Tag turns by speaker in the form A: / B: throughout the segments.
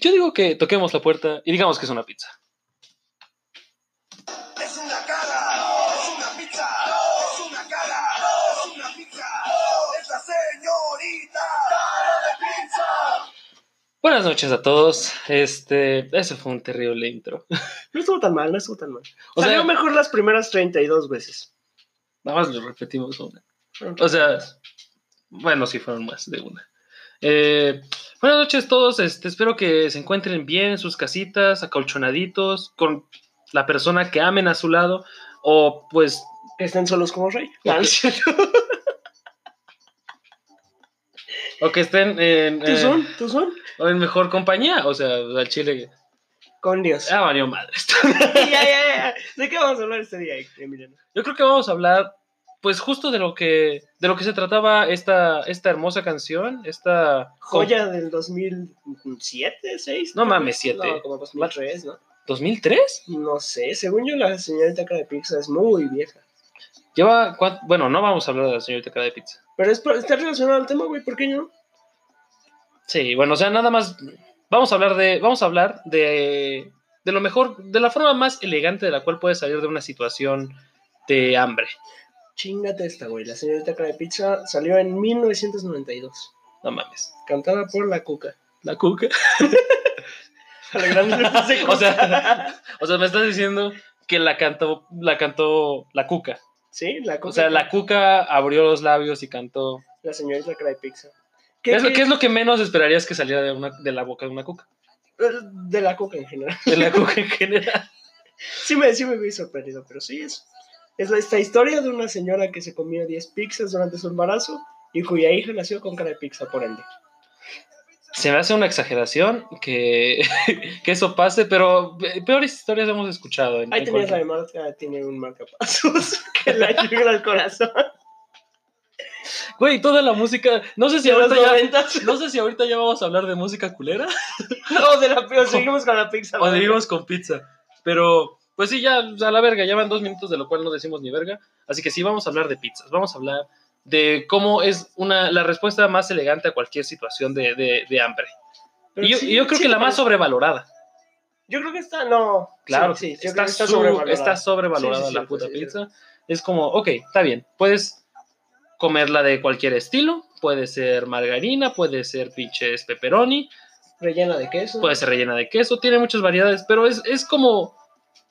A: Yo digo que toquemos la puerta y digamos que es una pizza.
B: Es una caga, es una pizza, es una caga, es una pizza, es la señorita cara de pizza.
A: Buenas noches a todos. Este, ese fue un terrible intro.
C: No estuvo tan mal, no estuvo tan mal.
A: O
C: Salió
A: sea,
C: mejor las primeras 32 veces.
A: nada más lo repetimos una. O sea, bueno, sí fueron más de una. Eh, buenas noches a todos. Este, espero que se encuentren bien en sus casitas, acolchonaditos, con la persona que amen a su lado o pues
C: Que estén solos como rey. Ah,
A: Ok. Eh. o que estén en,
C: ¿Tú
A: eh,
C: son? ¿Tú son?
A: o en mejor compañía, o sea, al chile.
C: Con Dios.
A: Ah, valió madres.
C: ya, ya, ya. ¿De qué vamos a hablar este día, Emiliano?
A: Yo creo que vamos a hablar, pues, justo de lo que, de lo que se trataba esta, esta hermosa canción, esta
C: Joya del 2007, 6.
A: No mames, siete.
C: No, como 2003, ¿no?
A: ¿2003?
C: No sé, según yo la señorita cara de pizza es muy vieja.
A: Lleva, cuan- bueno, no vamos a hablar de la señorita cara de pizza.
C: Pero es, por- está relacionado al tema, güey, ¿por qué no?
A: Sí, bueno, o sea, nada más, vamos a hablar de, vamos a hablar de, de lo mejor, de la forma más elegante de la cual puedes salir de una situación de hambre.
C: Chingate esta, güey. La señorita cara de pizza salió en 1992,
A: No mames.
C: cantada por la Cuca.
A: La cuca.
C: Alegrando el pase
A: O sea, o sea, me estás diciendo que la cantó, la cantó la cuca.
C: sí, la Cuca.
A: O sea, la cuca abrió los labios y cantó.
C: la señorita cara de pizza.
A: ¿Qué es, lo, qué es lo que menos esperarías que saliera de, una- de la boca de una cuca?
C: Eh, De la Cuca en general.
A: De la cuca en general.
C: Sí me, sí me vi sorprendido, pero sí es. Es la- esta historia de una señora que se comió 10 pizzas durante su embarazo y cuya hija nació con cara de pizza, por ende.
A: Se me hace una exageración que, que eso pase, pero pe- peores historias hemos escuchado. en-
C: Ahí
A: en
C: tenías la
A: cuanto-
C: de marca, tiene un marcapasos que le ayuda al corazón.
A: Güey, toda la música. No sé si
C: De los
A: ahorita ya.
C: noventas.
A: No sé si ahorita ya vamos a hablar de música culera.
C: No, de la pizza, seguimos con la pizza.
A: O
C: ¿no?
A: seguimos con pizza. Pero, pues sí, ya a la verga, ya van dos minutos de lo cual no decimos ni verga. Así que sí, vamos a hablar de pizzas. Vamos a hablar de cómo es una, la respuesta más elegante a cualquier situación de, de- de hambre.
C: Pero
A: y yo,
C: sí,
A: y yo creo
C: sí
A: que
C: te
A: la más
C: parece.
A: sobrevalorada.
C: Yo creo que está, no.
A: Claro,
C: sí, sí, yo
A: está,
C: creo que
A: su-
C: sobrevalorada.
A: está sobrevalorada
C: Sí, sí, sí,
A: la puta
C: sí, sí.
A: pizza. Es como, ok, está bien, puedes comerla de cualquier estilo. Puede ser margarina, puede ser pinches pepperoni,
C: Rellena de queso.
A: puede ser rellena de queso, tiene muchas variedades, pero es, es como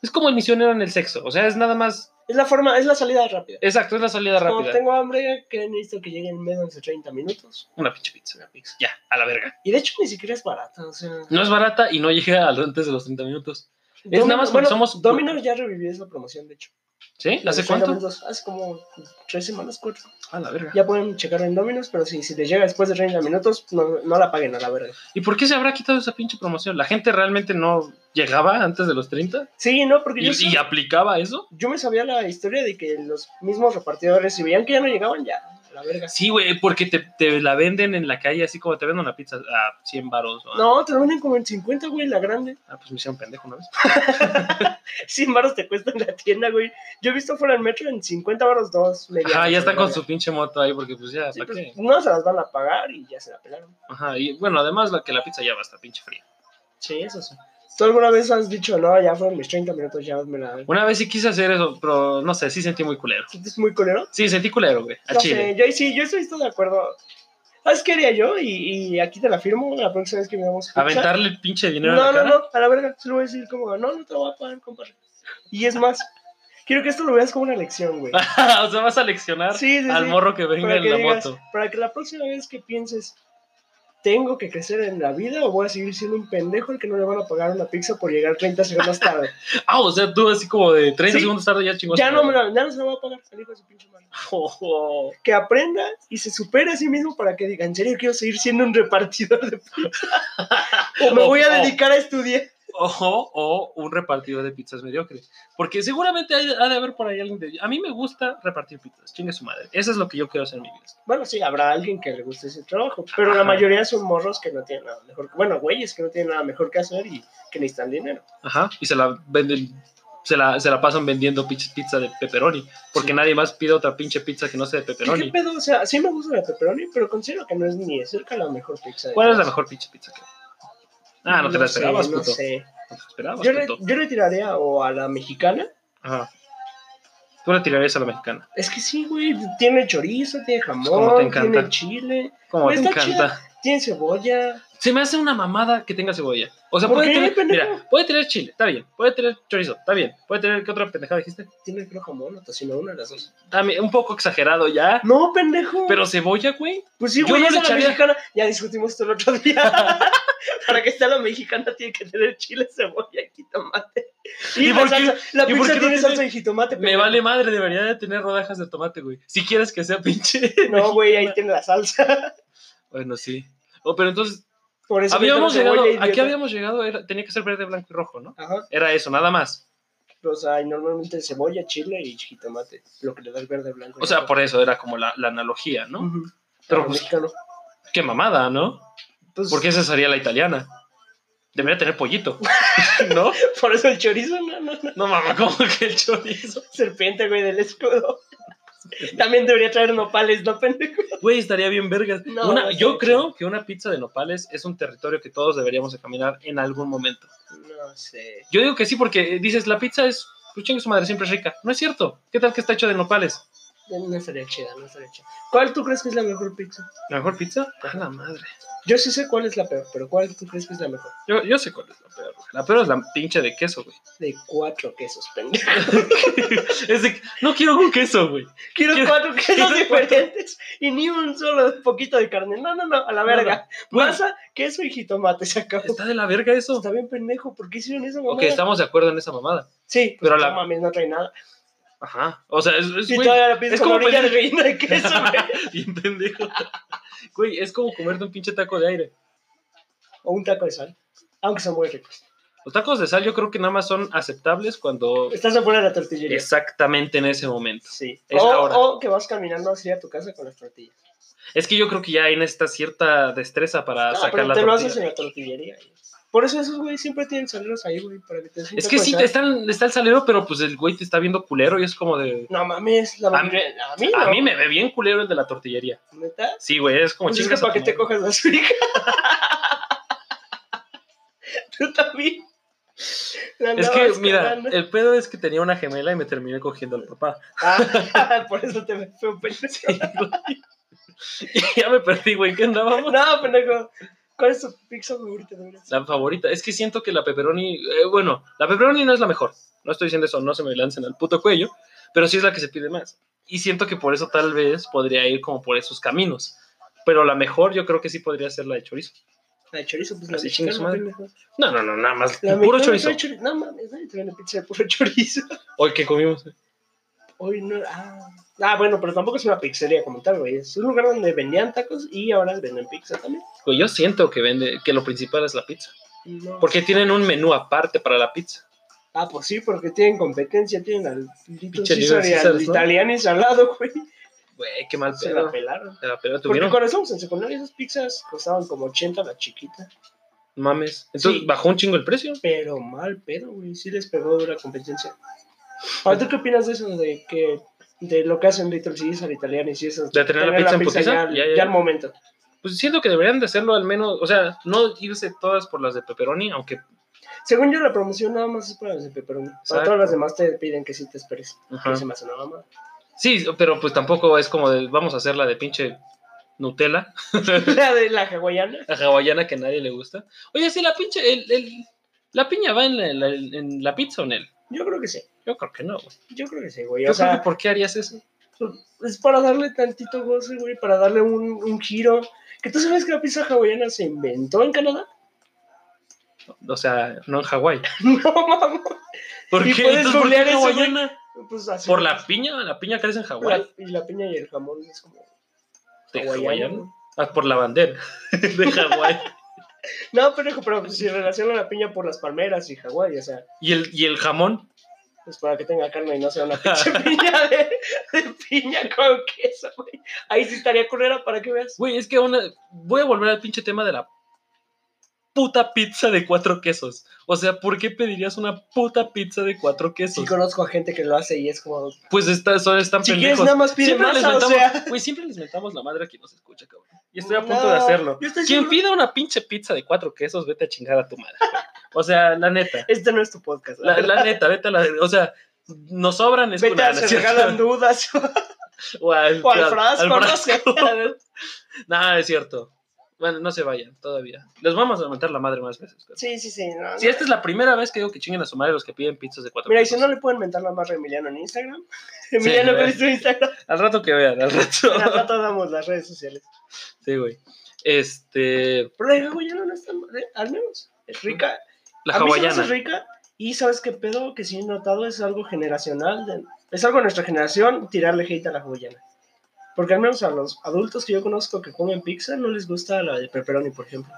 A: es como el misionero en el sexo, o sea, es nada más,
C: Es la forma, es la salida rápida.
A: exacto, es la salida
C: Como
A: rápida.
C: tengo hambre, que necesito que llegue en menos de 30 minutos.
A: Una pinche pizza,
C: Una pizza.
A: ya, a la verga.
C: Y de hecho ni siquiera es barata, o sea.
A: No es barata y no llega al- antes de los 30 minutos, Es nada más porque somos-
C: Domino's ya revivió esa promoción, de hecho.
A: ¿sí? ¿Hace
C: Fue en
A: cuánto?
C: Domino's Hace como tres semanas, cuatro.
A: A la verga.
C: Ya pueden checar en Domino's, pero sí, si les llega después de 30 minutos, no, no la paguen a la verga.
A: ¿Y por qué se habrá quitado esa pinche promoción? ¿La gente realmente no llegaba antes de los 30?
C: Sí, no, porque
A: ¿Y,
C: yo, sí-
A: y aplicaba eso?
C: yo me sabía la historia de que los mismos repartidores, si veían que ya no llegaban, ya, a la verga.
A: Sí, güey, porque te, te la venden en la calle así como te venden una pizza a 100 baros.
C: No, te lo venden como en 50, güey, la grande.
A: Ah, pues me hicieron pendejo una vez.
C: 100 baros te cuesta en la tienda, güey. Yo he visto fuera del metro en 50 baros dos. medianas,
A: Ajá, ya
C: a
A: están
C: la
A: con
C: verga.
A: su pinche moto ahí porque pues ya,
C: Sí,
A: ¿para
C: pues,
A: qué?
C: no se las van a pagar y ya se la pelaron.
A: Ajá, y bueno, además la que la pizza ya va a estar pinche fría.
C: Sí, eso sí. ¿Tú alguna vez has dicho, no, ya fueron mis 30 minutos, ya me la...
A: Una vez sí quise hacer eso, pero no sé, sí sentí muy culero.
C: ¿Sientes muy culero?
A: Sí, sentí culero, güey, a
C: No
A: Chile.
C: sé, yo ahí sí, yo estoy todo de acuerdo. ¿Sabes qué haría yo? Y, y aquí te la firmo la próxima vez que veamos pizza.
A: Aventarle el pinche dinero
C: No,
A: en la
C: no,
A: cara.
C: no, a la verga, se lo voy a decir como, no, no te lo voy a pagar, compadre. Y es más, quiero que esto lo veas como una lección, güey.
A: o sea, vas a leccionar
C: Sí, sí,
A: al
C: sí.
A: morro que venga
C: Para
A: en
C: que,
A: la
C: digas-
A: moto.
C: para que la próxima vez que pienses, ¿tengo que crecer en la vida o voy a seguir siendo un pendejo al que no le van a pagar una pizza por llegar 30 segundos tarde?
A: Ah, o sea, tú así como de 30
C: Sí.
A: segundos tarde ya chingón.
C: ya, no me la- ya no se la voy a pagar, al hijo de su pinche madre. que aprenda y se supere a sí mismo para que diga, en serio quiero seguir siendo un repartidor de pizza. o me voy a dedicar a estudiar.
A: Ojo, o un repartidor de pizzas mediocre. Porque seguramente hay, ha de haber por ahí alguien de... A mí me gusta repartir pizzas, chingue su madre. Eso es lo que yo quiero hacer en mi vida.
C: Bueno, sí, habrá alguien que le guste ese trabajo, pero la
A: Ajá.
C: mayoría son morros que no tienen nada mejor. Bueno, güeyes que no tienen nada mejor que hacer y que necesitan dinero.
A: Ajá, y se la venden, se la, se la pasan vendiendo pinche pizza de pepperoni, porque
C: Sí.
A: nadie más pide otra pinche pizza que no sea de
C: ¿Y ¿Qué
A: pepperoni.
C: pedo? O sea, sí me gusta la pepperoni, pero considero que no es ni de cerca la mejor pizza. de
A: ¿Cuál es la
C: todas.
A: mejor pinche pizza que hay? Ah, no te la
C: sé,
A: esperabas,
C: no
A: puto.
C: sé.
A: No te la esperabas,
C: Yo le,
A: puto.
C: yo le tiraría o a la mexicana.
A: Ajá. Tú la tirarías a la mexicana.
C: Es que sí, güey. Tiene chorizo, tiene
A: como te
C: jamón,
A: encanta.
C: tiene chile,
A: Como
C: Pues
A: te
C: está
A: encanta.
C: tiene cebolla.
A: Se me hace una mamada que tenga cebolla. O sea,
C: ¿Por
A: puede
C: qué,
A: tener.
C: pendejo?
A: Mira, puede tener chile, está bien. Puede tener chorizo, está bien. Puede tener. ¿Qué otra pendejada dijiste?
C: Tiene creo jamón o tocino, una de las dos.
A: También, un poco exagerado ya.
C: No, pendejo.
A: Pero cebolla, güey.
C: pues sí,
A: yo
C: güey,
A: no
C: es
A: le
C: a la
A: echaría-
C: mexicana. Ya discutimos esto el otro día. Para que sea la mexicana tiene que tener chile, cebolla y jitomate. Y,
A: ¿Y
C: la
A: por qué-
C: salsa. La
A: y por
C: pizza
A: qué no
C: tiene
A: tiene-
C: salsa de jitomate.
A: Me
C: pendejo.
A: vale madre, debería de tener rodajas de tomate, güey. Si quieres que sea pinche.
C: No, güey, ahí tiene la salsa.
A: Bueno, sí. Oh, pero entonces,
C: Por eso
A: habíamos
C: meto la
A: llegado,
C: cebolla,
A: aquí
C: idiota.
A: habíamos llegado, era- tenía que ser verde, blanco y rojo, ¿no?
C: Ajá.
A: Era eso, nada más.
C: O sea, y normalmente cebolla, chile y jitomate. Lo que le da el verde, blanco. y
A: O sea,
C: rojo.
A: por eso era como la, la analogía, ¿no?
C: Ujú.
A: Pero
C: Para
A: pues-
C: mexicano.
A: Qué mamada, ¿no?
C: Pues,
A: Porque esa sería la italiana. Debería tener pollito, ¿no?
C: Por eso el chorizo, no, no, no.
A: No mames, ¿cómo que el chorizo?
C: Serpiente, güey, del escudo. También debería traer nopales, ¿no, pendejo?
A: Güey, estaría bien vergas.
C: No,
A: Una-
C: no sé.
A: yo creo que una pizza de nopales es un territorio que todos deberíamos de caminar en algún momento.
C: No sé.
A: Yo digo que sí porque dices, la pizza es, pues chingue su madre, siempre es rica. No es cierto. ¿Qué tal que está hecho de nopales?
C: No estaría chida, no estaría chida. ¿Cuál tú crees que es la mejor pizza?
A: ¿La mejor pizza? A la madre.
C: Yo sí sé cuál es la peor, pero ¿cuál tú crees que es la mejor?
A: Yo, yo sé cuál es la peor. güey. La peor es la pinche de queso, güey.
C: De cuatro quesos, pendejo.
A: es de, no quiero con queso, güey.
C: Quiero
A: Quiero-
C: cuatro quesos
A: quiero cuatro.
C: diferentes y ni un solo poquito de carne. No, no, no, a la
A: No,
C: verga.
A: no. Güey.
C: Masa, queso y jitomate, se acabó.
A: Está de la verga eso.
C: Está bien pendejo, ¿por qué hicieron eso, mamá?
A: Ok, estamos de acuerdo en esa mamada.
C: Sí,
A: Pero
C: pero
A: la-
C: la mames no trae nada.
A: Ajá. O sea, es, es,
C: Y
A: güey,
C: todavía la pides
A: es
C: con
A: como
C: orilla de
A: pedir-
C: rellena de queso, güey.
A: Bien pendejo. Güey, es como comerte un pinche taco de aire.
C: O un taco de sal. Aunque son muy ricos.
A: Los tacos de sal yo creo que nada más son aceptables cuando...
C: Estás afuera de la tortillería.
A: Exactamente en ese momento.
C: Sí.
A: es
C: o,
A: la hora.
C: o que vas caminando hacia tu casa con las tortillas.
A: Es que yo creo que ya hay necesita cierta destreza para
C: Ah,
A: sacar
C: pero
A: la
C: te lo haces
A: tortilla.
C: en la tortillería. güey. Por eso esos güey siempre tienen saleros ahí, güey, para que te des un
A: Es
C: taco
A: que
C: de
A: sí,
C: sal.
A: están, está el salero, pero pues el güey te está viendo culero y es como de...
C: No mames, la
A: A mí-
C: mayoría- a mí,
A: A
C: no.
A: mí me ve bien culero el de la tortillería.
C: ¿Neta?
A: Sí, güey, es como
C: Pues es que
A: chingas a
C: para
A: tu
C: que te
A: madre.
C: cojas las frijas. Tú también. La
A: Es que,
C: andabas
A: mira,
C: cagando.
A: el pedo es que tenía una gemela y me terminé cogiendo al papá.
C: Ah, por eso te me fue un pendejo.
A: Y ya me perdí, güey, ¿qué andábamos?
C: No, pendejo. ¿Cuál es tu pizza favorita de veras?
A: La favorita, es que siento que la pepperoni, eh, bueno, la pepperoni no es la mejor. No estoy diciendo eso, no se me lancen al puto cuello, pero sí es la que se pide más. Y siento que por eso tal vez podría ir como por esos caminos. Pero la mejor yo creo que sí podría ser la de chorizo.
C: La de chorizo, pues la
A: Así chinga su
C: mexicana,
A: madre.
C: pendejo.
A: No, no, no, nada más.
C: La
A: puro
C: mexicana
A: chorizo.
C: trae chori- No mames, nadie trae una pizza de puro chorizo.
A: Hoy que comimos.
C: Hoy no. Ah. Ah, bueno, pero tampoco es una pizzería como tal, güey. Es un lugar donde vendían tacos y ahora venden pizza también.
A: Güey, yo siento que vende, que lo principal es la pizza.
C: No.
A: Porque tienen un menú aparte para la pizza.
C: Ah, pues sí, porque tienen competencia, tienen al Little
A: Pinche
C: Caesar
A: Little
C: y
A: Caesar,
C: al
A: ¿no?
C: Italianis al lado, güey.
A: Güey, qué mal
C: Se la
A: pedo.
C: pelaron.
A: Se la pelaron,
C: Porque
A: tuvieron.
C: cuando estábamos en secundaria, esas pizzas costaban como 80 la chiquita.
A: Mames. Entonces
C: Sí.
A: bajó un chingo el precio.
C: Pero mal pedo, güey. Sí les pegó dura competencia. Ahora, ¿tú qué opinas de eso? De que de lo que hacen Little Caesar, Italianis y esas.
A: ¿De tener la pizza en putiza?
C: ya, al-
A: Ya, ya,
C: ya
A: ya.
C: al momento.
A: Pues siento que deberían de hacerlo al menos, o sea, no irse todas por las de pepperoni, aunque
C: Según yo, la promoción nada más es para los de pepperoni.
A: Exacto. Ah.
C: Para todas las demás te piden que sí te esperes.
A: Ajá.
C: Que se me hace nada más.
A: sí, pero pues tampoco es como de vamos a hacer la de pinche Nutella,
C: La de la hawaiana.
A: la hawaiana que a nadie le gusta. Oye, sí, la pinche el, el- la piña va en la, la- en la pizza o en él.
C: Yo creo que sí.
A: Yo creo que no, güey.
C: Yo creo que sí, güey.
A: Yo
C: O sea,
A: creo que ¿por qué harías eso?
C: es para darle tantito goce, güey, para darle un, un giro. Que tú sabes que la pizza hawaiana se inventó en Canadá.
A: O sea, no en Hawái.
C: No, mamá.
A: ¿Por
C: Y
A: qué?
C: puedes
A: Entonces, ¿por qué
C: googlear eso, güey.
A: hawaiana?
C: Pues así.
A: Por la piña, la piña crece en
C: La-
A: Hawái.
C: y la piña y el jamón es como
A: De
C: hawaiano,
A: hawaiano.
C: güey.
A: Ah, por la bandera de Hawái.
C: No, pero, pero si relaciona la piña por las palmeras y Hawái, o sea,
A: ¿Y el, y el jamón.
C: pues para que tenga carne y no sea una pinche piña de, de piña con queso, güey.
A: Pues
C: Ahí sí estaría culera para que veas.
A: Güey, es que una, voy a volver al pinche tema de la puta pizza de cuatro quesos. O sea, ¿por qué pedirías una puta pizza de cuatro quesos?
C: Sí, conozco a gente que lo hace y es como.
A: Pues está, solo están
C: Si quieres,
A: pendejos.
C: nada más pide
A: siempre les
C: masa, o
A: mentamos,
C: sea.
A: güey, siempre les mentamos la madre a quien nos escucha, cabrón. Y estoy a punto
C: No,
A: de hacerlo.
C: yo estoy
A: Quien
C: seguro-
A: pida una pinche pizza de cuatro quesos, vete a chingar a tu madre. güey. O sea, la neta.
C: Este no es tu podcast.
A: La, la neta, vete a la. O sea, nos sobran es
C: Vete a se regalan dudas.
A: O al,
C: o al
A: al-
C: frasco,
A: al
C: no
A: frasco.
C: sé.
A: Nada, es cierto. Bueno, no se vayan todavía. Les vamos a mentar la madre más veces. pero-
C: sí, sí, sí. no,
A: Si este
C: no.
A: esta es la primera vez que digo que chinguen a su madre los que piden pizzas de cuatro
C: Mira, y si
A: quesos.
C: no le pueden mentar la madre a Emiliano en Instagram.
A: a
C: Emiliano,
A: ver.
C: ¿cuál es tu Instagram?
A: Al rato que vean, al
C: Al
A: rato.
C: rato damos las redes sociales.
A: sí, güey. Este.
C: Pero la hawaiana no está mal, ¿eh? al menos es rica.
A: La
C: A mí se me hace
A: hawaiana.
C: rica. Y sabes qué pedo que sí he notado es algo generacional. de- es algo de nuestra generación tirarle hate a la hawaiana. Porque al menos a los adultos que yo conozco que comen pizza no les gusta la de pepperoni, por ejemplo.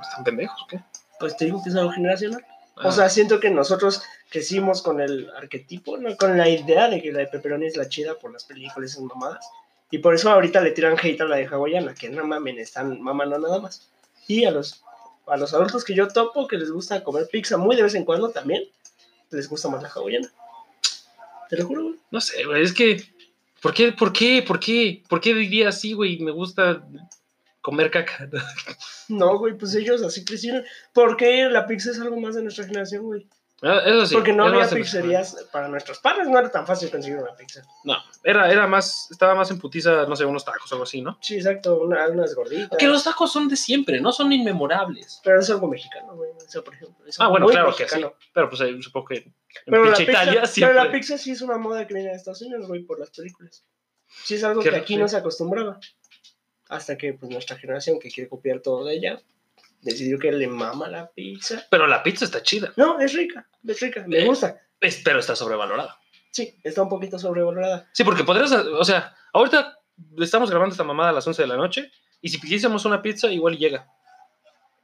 A: ¿Están pendejos o qué?
C: Pues te digo que es algo generacional.
A: Ah,
C: O sea, siento que nosotros crecimos con el arquetipo, ¿no? con la idea de que la de pepperoni es la chida por las películas y esas mamadas. Y por eso ahorita le tiran hate a la de hawaiana, que no mamen, están mamando nada más. Y a los, a los adultos que yo topo, que les gusta comer pizza muy de vez en cuando también, les gusta más la hawaiana. Te lo juro, güey.
A: no sé, güey. Es que. ¿Por qué? ¿Por qué? ¿Por qué? ¿Por qué diría así, güey? Me gusta comer caca.
C: No, güey, pues ellos así crecieron. Porque la pizza es algo más de nuestra generación, güey.
A: Ah, Eso sí.
C: Porque no
A: era
C: había
A: más en-
C: pizzerías para nuestros padres, no era tan fácil conseguir una pizza.
A: No, era, era más. Estaba más en putiza, no sé, unos tacos o algo así, ¿no?
C: Sí, exacto, una- unas gorditas.
A: Que los tacos son de siempre, no son inmemorables.
C: Pero es algo mexicano, güey. O sea, por ejemplo. es
A: Ah,
C: algo
A: bueno,
C: muy
A: claro
C: mexicano.
A: que sí. Pero pues eh, supongo que en
C: Pero la,
A: pinche
C: pizza,
A: Italia
C: pero
A: siempre.
C: la pizza sí es una moda que viene de Estados Unidos, güey, por las películas. Sí es algo que
A: Cierto,
C: aquí
A: sí.
C: no se acostumbraba. Hasta que pues nuestra generación, que quiere copiar todo de ella, decidió que le mama la pizza.
A: Pero la pizza está chida.
C: No, es rica, es rica, me
A: Eh.
C: gusta.
A: es- pero está sobrevalorada.
C: Sí, está un poquito sobrevalorada.
A: Sí, porque podrías, o sea, ahorita estamos grabando esta mamada a las 11 de la noche y si pidiésemos una pizza igual llega.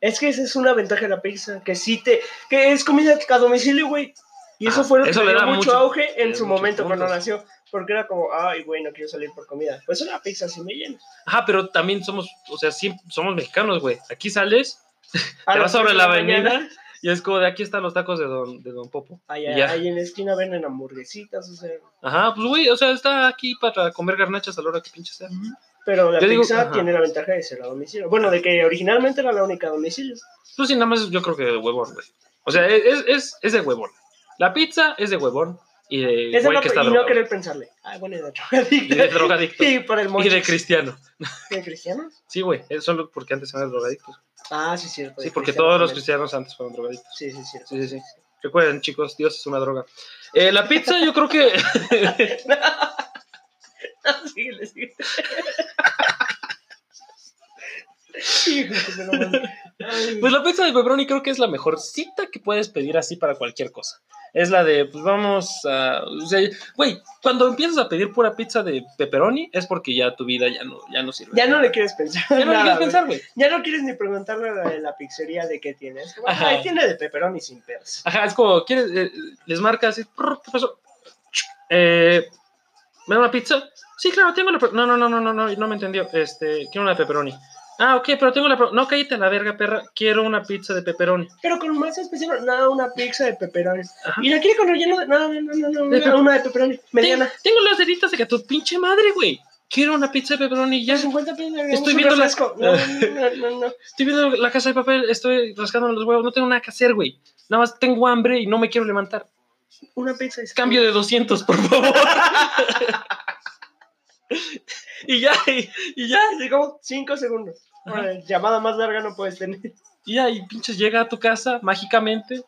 C: Es que esa es una ventaja de la pizza, que sí te... que es comida a domicilio, güey. Y eso
A: Ah,
C: fue lo que
A: eso le
C: le dio
A: da
C: mucho,
A: mucho-
C: auge
A: le
C: en
A: da
C: su
A: muchos
C: momento cuando
A: puntos.
C: nació. Porque era como, ay, güey, no quiero salir por comida. Pues una pizza sí me llena.
A: Ajá, pero también somos, o sea, sí, somos mexicanos, güey. Aquí sales
C: A
A: Te
C: las
A: vas sobre
C: tres de
A: la avenida.
C: mañana,
A: y es como de aquí están los tacos de Don, de don Popo.
C: Ahí,
A: Y ya.
C: ahí en la esquina venden hamburguesitas, o sea.
A: Ajá, pues güey, o sea, está aquí para comer garnachas a la hora que pinche sea.
C: Pero la
A: Yo digo-
C: pizza
A: ajá.
C: tiene la ventaja de ser a domicilio. Bueno, de que originalmente era la única a domicilio.
A: Pues sí, nada más yo creo que de huevón, güey. O sea, es, es, es de huevón. La pizza es de huevón y de
C: Esa
A: güey
C: no,
A: que está
C: y no
A: drogado.
C: querer pensarle. Ah, bueno, y de
A: Y de
C: drogadicto.
A: drogadicto.
C: Y para el
A: Y
C: monchis.
A: de cristiano.
C: ¿De cristianos?
A: Sí, güey, es solo porque antes eran drogadictos.
C: Ah, sí, cierto.
A: Sí,
C: de
A: porque todos los
C: también.
A: cristianos antes fueron drogadictos.
C: Sí, sí, cierto.
A: Sí, sí, sí. Recuerden, chicos, Dios es una droga. Eh, la pizza, yo creo que.
C: Síguele, síguele. Hijo, que se lo mandé. Ay,
A: Pues la pizza de pepperoni creo que es la mejor cita que puedes pedir así para cualquier cosa. Es la de, pues vamos a. O sea, güey, cuando empiezas a pedir pura pizza de pepperoni es porque ya tu vida ya no, ya no sirve.
C: Ya no le quieres pensar.
A: Ya no le
C: nada,
A: quieres
C: güey.
A: pensar, güey.
C: Ya no quieres ni preguntarle a la de la pizzería de qué tiene. Es como,
A: Ajá.
C: "Ay, tiene de pepperoni sin peras.
A: Ajá, es como, ¿quieres? eh, les marcas y. "Prr, ¿Qué pasó? Eh, ¿Me da una pizza? Sí, claro, tengo la. pe- No, no, no, no, no, no, no me entendió. Este, quiero una de pepperoni. Ah, ok, pero tengo la. pro- No, cállate a la verga, perra. Quiero una pizza de pepperoni.
C: Pero con más especial, nada, una pizza de pepperoni.
A: Ajá.
C: Y la quiere con relleno de. No, no, no, no,
A: De
C: una,
A: pep-
C: una de pepperoni. Mediana.
A: Ten- Tengo las deditas de que tu pinche madre, güey. Quiero una pizza de pepperoni y ya.
C: Ya 50 pesos.
A: Estoy
C: un
A: viendo la-
C: refresco. No, no, no, no, no.
A: Estoy viendo la casa de papel, estoy rascando los huevos, no tengo nada que hacer, güey. Nada más tengo hambre y no me quiero levantar.
C: Una pizza es.
A: Cambio de 200, por favor. y ya, y, y ya,
C: Así como 5 segundos.
A: Ajá.
C: Órale, llamada más larga no puedes tener.
A: y ya, y pinches llega a tu casa mágicamente.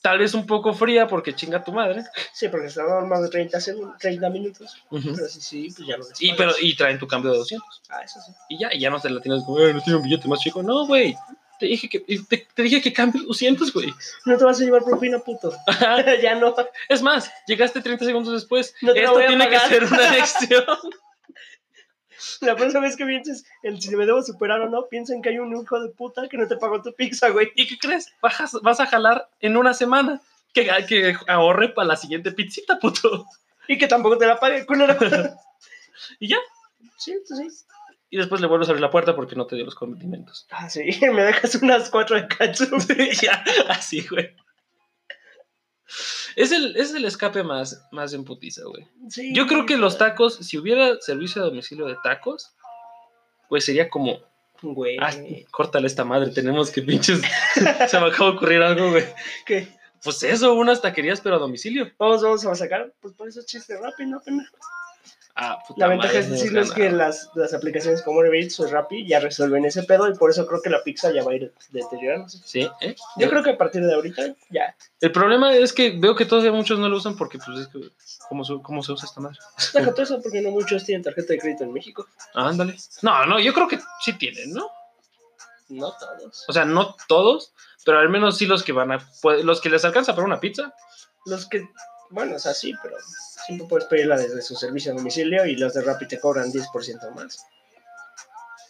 A: Tal vez un poco fría porque chinga tu madre.
C: Sí, porque se daban más de 30 segundos, 30 minutos. Pero sí, sí, pues ya lo
A: y, pero, y traen tu cambio de 200.
C: Ah, eso sí.
A: Y ya, y ya no te la tienes como, "Eh, no tiene un billete más chico. No, güey. Te dije que, te, te dije que cambie 200, güey.
C: No te vas a llevar propina, puto. ya no.
A: Es más, llegaste 30 segundos después.
C: No te la
A: Esto
C: voy a
A: tiene que
C: pagar.
A: ser una lección.
C: La próxima vez que pienses en si me debo superar o no, piensa en que hay un hijo de puta que no te pagó tu pizza, güey.
A: ¿Y qué crees? Bajas, vas a jalar en una semana. Que, que ahorre para la siguiente pizzita, puto.
C: Y que tampoco te la pague, culero.
A: Y ya.
C: Sí, sí.
A: y después le vuelves a abrir la puerta porque no te dio los condimentos.
C: Ah, sí, me dejas unas cuatro de katsu.
A: ya, así, güey. Es el, es el escape más, más en putiza, güey.
C: Sí.
A: Yo creo que los tacos, si hubiera servicio a domicilio de tacos, pues sería como,
C: Güey.
A: ah, córtale esta madre, tenemos que pinches. Se me acaba de ocurrir algo, güey.
C: ¿Qué?
A: Pues eso, unas taquería pero a domicilio.
C: Vamos, vamos a sacar. Pues por eso chiste rápido, no pena.
A: Ah, puta
C: La ventaja
A: madre,
C: es
A: hemos
C: decirles que
A: ganado.
C: las, las aplicaciones como Uber Eats o Rappi ya resuelven ese pedo y por eso creo que la pizza ya va a ir deteriorándose.
A: Sí, ¿eh?
C: Yo creo que a partir de ahorita ya.
A: El problema es que veo que todos muchos no lo usan porque, pues, es que, ¿cómo se, cómo se usa esta madre?
C: Deja todo eso porque no muchos tienen tarjeta de crédito en México.
A: Ah, ándale. No, no, yo creo que sí tienen, ¿no?
C: No todos.
A: O sea, no todos, pero al menos sí los que van a. pues, Los que les alcanza para una pizza.
C: Los que, bueno, o sea, sí, pero siempre puedes pedirla desde su servicio a domicilio y los de Rappi te cobran 10% más.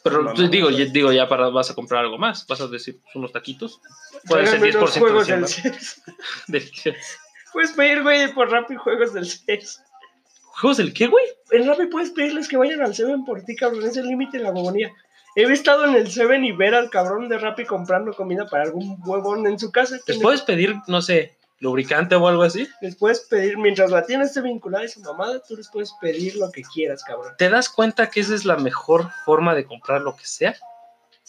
A: Pero
C: Mamá,
A: pues, digo,
C: o sea.
A: ya, digo, ya para, vas a comprar algo más. Vas a decir pues, unos taquitos. Puede ser
C: Tráigame unos
A: 10%
C: juegos
A: de
C: del
A: cien
C: CES.
A: del-
C: Puedes pedir, güey, por Rappi juegos del CES.
A: ¿Juegos del qué, güey?
C: En Rappi puedes pedirles que vayan al Seven por ti, cabrón. Es el límite de la bogonía. He estado en el Seven y ver al cabrón de Rappi comprando comida para algún huevón en su casa.
A: ¿Les puedes pedir, no sé, lubricante o algo así?
C: Les puedes pedir, mientras la tienda esté vinculada a esa mamada, tú les puedes pedir lo que quieras, cabrón.
A: ¿Te das cuenta que esa es la mejor forma de comprar lo que sea?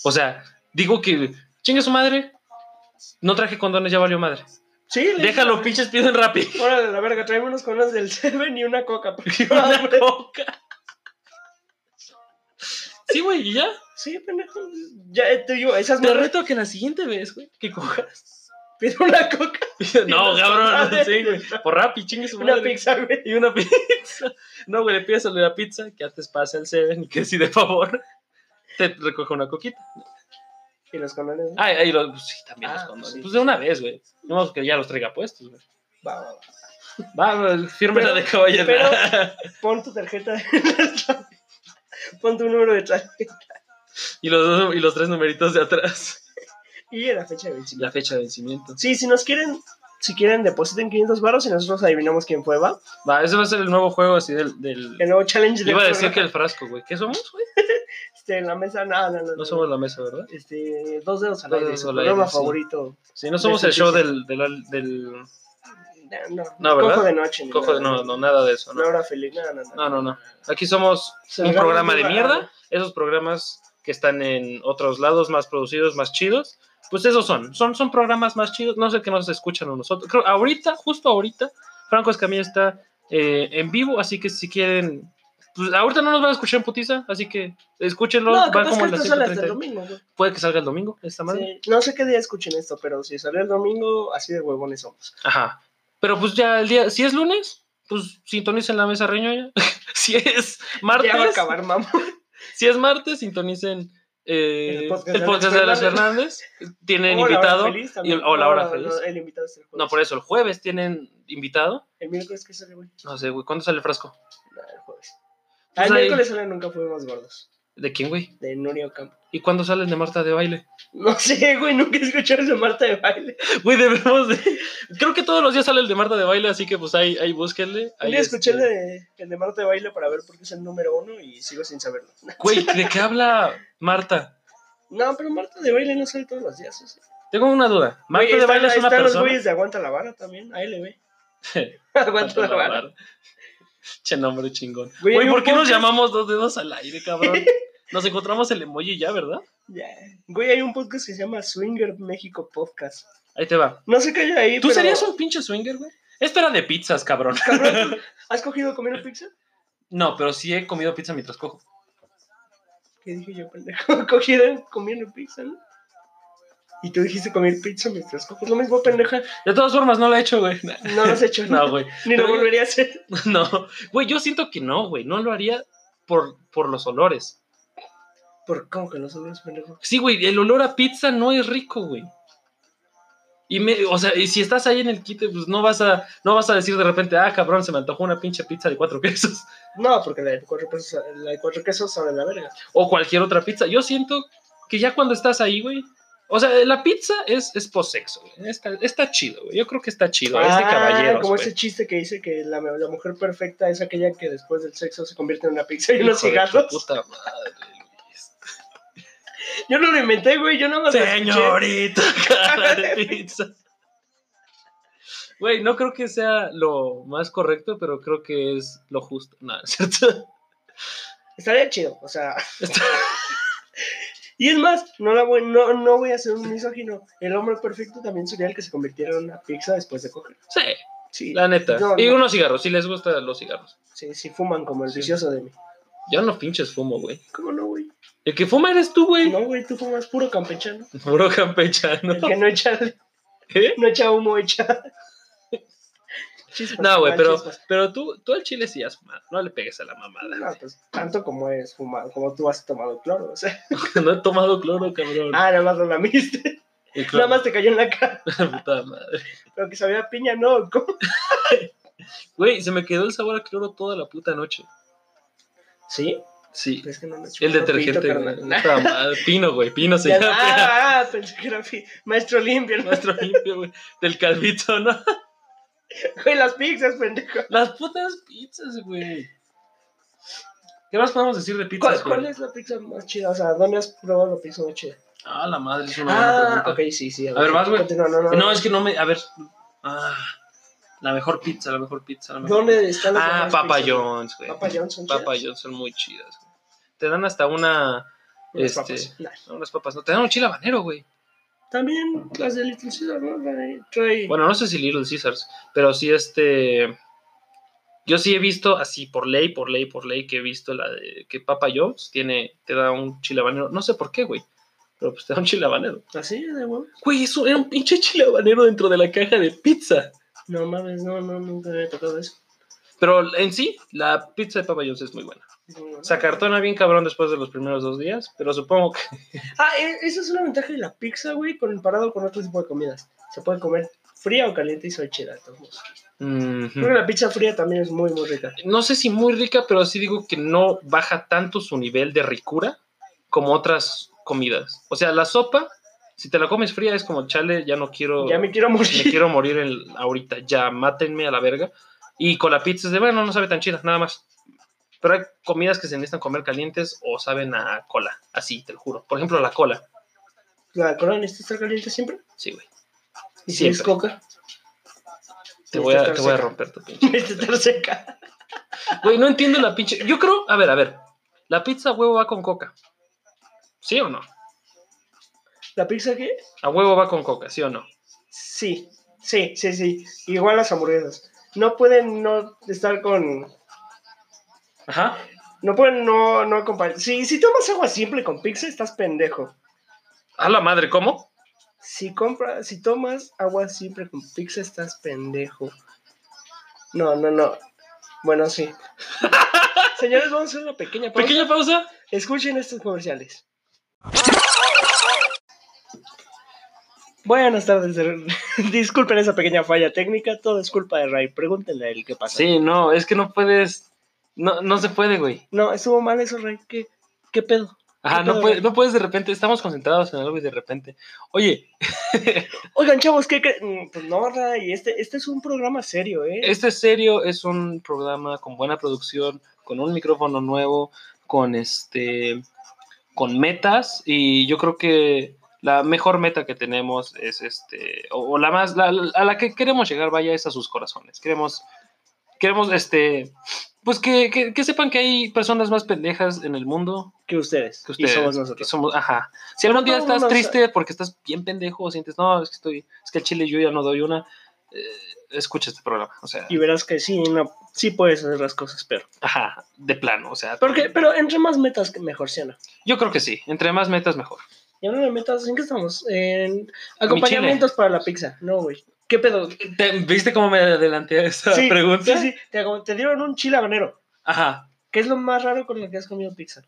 A: O sea, digo que. Chinga su madre. No traje condones, ya valió madre.
C: Sí, le-
A: Déjalo, pinches, piden rápido.
C: Hora de la verga, tráeme unos conos del Seven y una coca. Porque
A: Una coca. Sí, güey, y ya.
C: Sí, pendejo. Ya eh, te digo, esas
A: Te
C: morras
A: reto a que la siguiente vez, güey, que cojas.
C: piden una coca.
A: No,
C: unas
A: cabrón,
C: tortas.
A: sí, güey. Por Rappi, chingue su
C: Una
A: madre.
C: pizza, güey.
A: Y una pizza. No, güey, le pides a la pizza que antes pase al Seven y que si de favor te recoja una coquita.
C: Y los conones. ¿no?
A: Ah, ahí los, pues, sí, también los
C: Ah,
A: condones.
C: sí.
A: Pues de una vez, güey. No vamos que ya los traiga puestos, güey.
C: Va, va, va.
A: Va, güey, firme la
C: Pero-
A: de caballero.
C: Pon tu tarjeta. de- Pon tu número de tarjeta.
A: y, los dos- y los tres numeritos de atrás.
C: Y la fecha de vencimiento.
A: La fecha de vencimiento.
C: Sí, si nos quieren, si quieren, depositen 500 baros y nosotros adivinamos quién fue, va.
A: Va, ese va a ser el nuevo juego así del. del...
C: El nuevo challenge del
A: Iba a decir
C: programa.
A: que el frasco, güey. ¿Qué somos, güey?
C: Este, en la mesa, no, no, no.
A: No somos la mesa, ¿verdad?
C: Este, dos dedos al
A: Dos
C: aire,
A: dedos
C: su
A: al
C: programa
A: aire, sí.
C: favorito.
A: Sí, no somos
C: Sí,
A: el
C: sí,
A: show
C: sí.
A: del, del, del
C: No,
A: No, ¿verdad?
C: Cojo de noche. ni
A: cojo de
C: nada,
A: no, no, nada de eso,
C: Una
A: ¿no?
C: hora feliz, no, no, no.
A: No, no, no. Aquí somos
C: Se
A: un
C: regala
A: programa
C: un
A: de
C: regalo.
A: mierda. Esos programas que están en otros lados, más producidos, más chidos. Pues esos son. Son, son programas más chidos. No sé qué nos escuchan a nosotros. Creo, ahorita, justo ahorita, Franco Escamilla está eh, en vivo. Así que si quieren. Pues ahorita no nos van a escuchar en putiza. Así que escúchenlo.
C: No,
A: va
C: capaz
A: como
C: que
A: a las
C: esto sale hasta el
A: 130.
C: domingo, güey.
A: Puede que salga el domingo, esta madre.
C: Sí, No sé qué día escuchen esto, pero si salió el domingo, así de huevones somos.
A: Ajá. Pero pues ya el día, si es lunes, pues sintonicen la mesa reñoña. si es martes,
C: Ya va a acabar, mamá.
A: si es martes, sintonicen eh,
C: El
A: el
C: podcast
A: podcast,
C: de Alex
A: de Alex
C: Fernández.
A: Fernández. Tienen
C: O la hora
A: invitado.
C: feliz también.
A: y- o la hora
C: No,
A: feliz.
C: no, el invitado es el jueves.
A: No, por eso, el jueves tienen invitado.
C: El miércoles que sale, güey.
A: No sé, güey, ¿cuándo sale el frasco?
C: No, el jueves. Ah,
A: Pues
C: el
A: ahí-
C: miércoles sale Nunca Fuimos Gordos,
A: ¿De quién, güey?
C: de Nurio Campo.
A: ¿Y cuándo salen de Marta de baile?
C: No sé, güey, nunca escuché de Marta de baile.
A: Güey, debemos de... Creo que todos los días sale el de Marta de baile, así que pues ahí, ahí búsquenle.
C: Un
A: Ahí
C: día escuché el
A: este-
C: de, el de Marta de baile para ver por qué es el número uno y sigo sin saberlo.
A: Güey, ¿de qué habla Marta?
C: No, pero Marta de baile no sale todos los días. o sea.
A: Tengo una duda. ¿Marta
C: Güey,
A: de
C: están-
A: baile es una
C: están los
A: persona?
C: güeyes de Aguanta la Vara también, ahí le ve. Aguanta la Vara.
A: Che nombre chingón.
C: Güey,
A: Güey,
C: hay un
A: ¿por qué nos
C: podcast-
A: llamamos dos dedos al aire, cabrón? Nos encontramos el emoji ya, ¿verdad?
C: Ya. Güey, hay un podcast que se llama Swinger México Podcast.
A: Ahí te va.
C: No sé qué hay ahí.
A: ¿Tú
C: pero-
A: serías un pinche swinger, güey? Esto era de pizzas, cabrón.
C: Cabrón, ¿Has cogido comer pizza?
A: No, pero sí he comido pizza mientras cojo.
C: ¿Qué dije yo, pendejo? Cogido comiendo pizza, ¿no? Y tú dijiste comer pizza mientras coges lo mismo, pendeja.
A: De todas formas, no lo he hecho, güey.
C: No lo has hecho,
A: No, güey.
C: Ni lo
A: Pero-
C: volvería a hacer.
A: No. Güey, yo siento que no, güey. No lo haría por, por los olores.
C: ¿Por cómo que no sabías, pendejo?
A: Sí, güey, el olor a pizza no es rico, güey. Y me, o sea, y si estás ahí en el quite, pues no vas a, no vas a decir de repente, ah, cabrón, se me antojó una pinche pizza de cuatro quesos.
C: No, porque la de cuatro quesos, la de cuatro quesos sabe la verga.
A: O cualquier otra pizza. Yo siento que ya cuando estás ahí, güey. O sea, la pizza es, es posexo, güey. Está, está chido, güey. Yo creo que está chido. es de
C: Ah,
A: caballeros,
C: Como
A: este güey.
C: ese chiste que dice que la, la mujer perfecta es aquella que después del sexo se convierte en una pizza y unos
A: Hijo de tu
C: cigarros.
A: puta madre, güey.
C: Yo no lo inventé, güey. Yo nada más. lo escuché.
A: Señorita, cara de pizza. Güey, no creo que sea lo más correcto, pero creo que es lo justo. No, es cierto.
C: Estaría chido, o sea. y es más, no, la voy, no, no voy a ser un misógino. El hombre perfecto también sería el que se convirtiera en una pizza después de coger.
A: Sí,
C: Sí,
A: la neta.
C: No,
A: y
C: no.
A: unos cigarros, si les gustan los cigarros.
C: sí, sí, fuman como el
A: Sí.
C: vicioso de mí.
A: Yo no pinches fumo, güey.
C: ¿Cómo no, güey?
A: El que fuma eres tú, güey.
C: No, güey, tú fumas puro campechano.
A: Puro campechano.
C: El que no echa,
A: ¿Eh?
C: no echa humo, echa. Chispas,
A: No, güey,
C: mal
A: pero,
C: chispas.
A: pero tú, tú al chile sí has fumado. No le pegues a la mamada.
C: No, pues tanto como es fumado, como tú has tomado cloro, o sea.
A: No he tomado cloro, cabrón.
C: pues. Ah, nada más lo lamiste.
A: El
C: Nada
A: cloro,
C: más te cayó en la cara.
A: puta madre.
C: Lo que sabía a piña, no. ¿cómo?
A: Güey, se me quedó el sabor a cloro toda la puta noche.
C: Sí,
A: Sí.
C: pero es que no me chupó
A: El detergente,
C: pito,
A: güey.
C: carnal.
A: Puta madre. Pino, güey. Pino se
C: Ya-
A: llama.
C: ah, ah, pensé que era fi- maestro limpio, ¿no?
A: Nuestro limpio, güey. Del calvito, ¿no?
C: Güey, las pizzas, pendejo.
A: Las putas pizzas, güey. ¿Qué más podemos decir de
C: ¿Cuál,
A: pizzas,
C: cuál
A: güey?
C: es la pizza más chida? O sea, ¿dónde has probado la pizza más chida?
A: Ah, la madre, es una buena
C: Ah,
A: pregunta.
C: ok, sí, sí.
A: A ver, vas, güey.
C: No, no, no.
A: No, es que no me. A ver. Ah, la mejor pizza, la mejor pizza. La mejor
C: ¿Dónde están las
A: Ah,
C: demás
A: Papa
C: pizzas?
A: John's, güey.
C: Papa John's son
A: Papa
C: chidas.
A: John's son muy chidas, güey. Te dan hasta una.
C: Unas
A: este,
C: papas. Nah.
A: no, unas papas, no. Te dan un chile habanero, güey.
C: También las de Little Caesar, ¿no? La de Trae...
A: Bueno, no sé si Little Caesars, pero sí este. Yo sí he visto así por ley, por ley, por ley que he visto la de que Papa John's tiene, te da un chile habanero. No sé por qué, güey. Pero pues te da un chile habanero.
C: ¿Así de huevo?
A: Güey, eso era un pinche chile habanero dentro de la caja de pizza.
C: No mames, no, no, nunca me había tocado eso.
A: Pero en sí, la pizza de Papa John's es muy buena.
C: No.
A: Se acartona bien cabrón después de los primeros dos días, pero supongo que.
C: Ah, e- esa es una ventaja de la pizza, güey, comparado con otro tipo de comidas. Se puede comer fría o caliente y soy chida. de todos modos. Creo que
A: Ujú.
C: la pizza fría también es muy, muy rica.
A: No sé si muy rica, pero sí digo que no baja tanto su nivel de ricura como otras comidas. O sea, la sopa, si te la comes fría, es como chale, ya no quiero.
C: Ya me quiero
A: me
C: morir.
A: quiero morir en- ahorita, ya mátenme a la verga. Y con la pizza es de, bueno, no sabe tan chida, nada más. Pero hay comidas que se necesitan comer calientes o saben a cola, así, te lo juro. Por ejemplo, la cola.
C: ¿La cola necesita estar caliente siempre?
A: Sí, güey.
C: ¿Y si es
A: Siempre.
C: coca?
A: Te
C: Necesita
A: voy, a,
C: estar
A: te voy a
C: seca.
A: romper tu pinche.
C: Necesita estar seca.
A: Güey, no entiendo la pinche. Yo creo, a ver, a ver. La pizza a huevo va con coca. ¿Sí o no?
C: ¿La pizza qué?
A: A huevo va con coca, ¿sí o no?
C: Sí, sí, sí, sí. Igual las hamburguesas. No pueden no estar con...
A: Ajá.
C: No pueden no, no acompañar. Si, si tomas agua simple con pizza, estás pendejo.
A: A la madre, ¿cómo?
C: Si compras, si tomas agua siempre con pizza, estás pendejo. No, no, no. Bueno, sí. Señores, vamos a hacer una pequeña pausa.
A: Pequeña pausa.
C: Escuchen estos comerciales. Buenas tardes. de- Disculpen esa pequeña falla técnica. Todo es culpa de Ray. Pregúntenle a él qué pasa.
A: Sí, no, es que no puedes. No, no se puede, güey.
C: No, estuvo mal eso, Ray. ¿Qué, qué pedo?
A: Ajá,
C: No
A: no,
C: puedo,
A: puede-
C: güey.
A: no puedes de repente. Estamos concentrados en algo y de repente. Oye,
C: Oigan, chavos, ¿qué creen? Mm, Pues no, Ray. Este, este es un programa serio, ¿eh?
A: este es serio, es un programa con buena producción, con un micrófono nuevo, con este. con metas. Y yo creo que la mejor meta que tenemos es este. O, o la más. la- la- a la que queremos llegar, vaya, es a sus corazones. Queremos. Queremos este. Pues que, que- que sepan que hay personas más pendejas en el mundo
C: Que ustedes.
A: que ustedes.
C: Y somos
A: que
C: nosotros.
A: somos- ajá. Si algún día
C: No,
A: estás
C: no, no,
A: triste porque estás bien pendejo o sientes, no, es que estoy, es que el chile yo ya no doy una, eh, escucha este programa. O sea,
C: y verás que sí, no, sí puedes hacer las cosas, pero.
A: ajá, de plano. O sea,
C: Porque, pero entre más metas, que mejor, ¿sí o no?
A: yo creo que sí. Entre más metas, mejor.
C: Y hablando de metas, ¿en qué estamos? En acompañamientos para la pizza. No, güey. ¿Qué pedo?
A: ¿Te- ¿Viste cómo me adelanté a esa
C: Sí,
A: pregunta?
C: Sí, sí, te, acom- te dieron un chile habanero.
A: Ajá.
C: ¿Qué es lo más raro con lo que has comido pizza?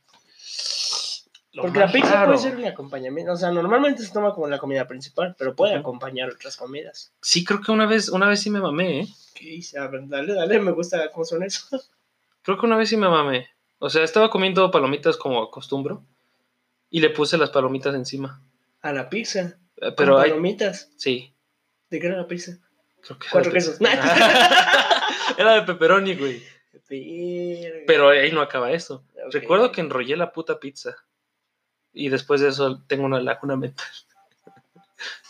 A: Lo
C: Porque la
A: más
C: pizza
A: raro.
C: puede ser un acompañamiento. O sea, normalmente se toma como la comida principal, pero puede
A: Ujú.
C: acompañar otras comidas.
A: Sí, creo que una vez, una vez sí me mamé, ¿eh?
C: ¿Qué hice? A ver, dale, dale, me gusta cómo son eso.
A: Creo que una vez sí me mamé. O sea, estaba comiendo palomitas como acostumbro y le puse las palomitas encima.
C: A la pizza.
A: Eh,
C: Pero
A: Pero hay,
C: palomitas.
A: sí,
C: ¿De qué era la pizza?
A: creo que era
C: Cuatro
A: de-
C: quesos.
A: Era de pepperoni, güey.
C: Verga.
A: Pero ahí no acaba eso.
C: Ok.
A: Recuerdo que enrollé la puta pizza. Y después de eso tengo una laguna mental.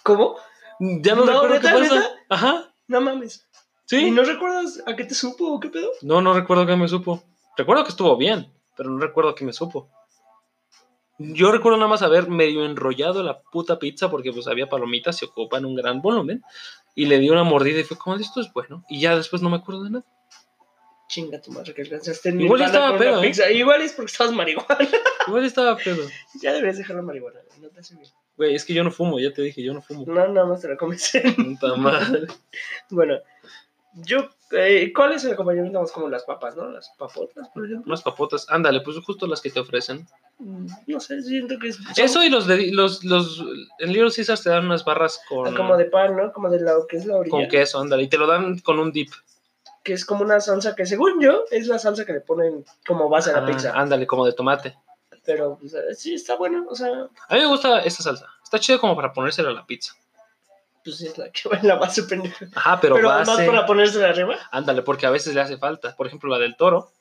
C: ¿Cómo?
A: Ya no,
C: No,
A: recuerdo qué
C: ¿neta,
A: pasa.
C: neta?
A: Ajá.
C: No mames. ¿Y
A: Sí. No?
C: no recuerdas a qué te supo o qué pedo?
A: no, recuerdo que me supo. Recuerdo que estuvo bien, pero no recuerdo que me supo. Yo recuerdo nada más haber medio enrollado la puta pizza porque pues había palomitas, se ocupan un gran volumen. Y le di una mordida y fue como, "Ah, esto es bueno. Y ya después no me acuerdo de nada.
C: Chinga tu madre que alcanzaste en
A: Igual
C: Nirvana
A: estaba
C: con una
A: pedo, ¿eh?
C: pizza. Igual es porque estabas marihuana.
A: Igual estaba pedo.
C: ya deberías dejar la marihuana, güey, no te hace bien.
A: Güey, es que yo no fumo, ya te dije, yo no fumo.
C: No, nada más te la comes.
A: Puta madre.
C: bueno, yo, eh, ¿cuál es el acompañamiento más como las papas, no? Las papotas, por ejemplo.
A: Unas papotas. Ándale, pues justo las que te ofrecen.
C: Mm, No sé, siento que es son
A: Eso y los de los, los en Little Caesars te dan unas barras con,
C: como de pan, ¿no? Como de lo que es la orilla.
A: con queso, ándale, y te lo dan con un dip.
C: Que es como una salsa que, según yo, es la salsa que le ponen como base a
A: Ah,
C: la pizza.
A: ándale, como de tomate.
C: Pero pues, eh, sí, está bueno. O sea,
A: A mí me gusta esta salsa. Está chida como para ponérsela a la pizza.
C: pues es la que va en la base, pendejo.
A: Ajá, pero,
C: Pero, además
A: base.
C: para ponérsela arriba.
A: Ándale, porque a veces le hace falta. Por ejemplo, la del toro.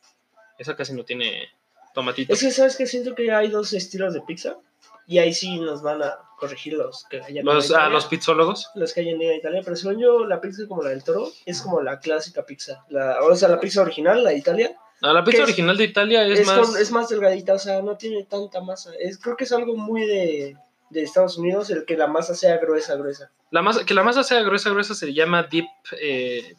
A: Esa casi no tiene tomatito.
C: Es que, ¿sabes que Siento que hay dos estilos de pizza. Y ahí sí nos van a corregir los que hayan ido
A: Los,
C: a
A: a
C: Italia,
A: los pizzólogos.
C: los que hayan ido a Italia. Pero según yo, la pizza como la del toro es como la clásica pizza. La, o sea, la pizza original, la de Italia,
A: No, la pizza
C: es-
A: original de Italia es,
C: es, con-
A: más.
C: es más... delgadita. O sea, no tiene tanta masa. Es, creo que es algo muy de, de Estados Unidos el que la masa sea gruesa, gruesa.
A: La masa, que la masa sea gruesa, gruesa se le llama dip, eh,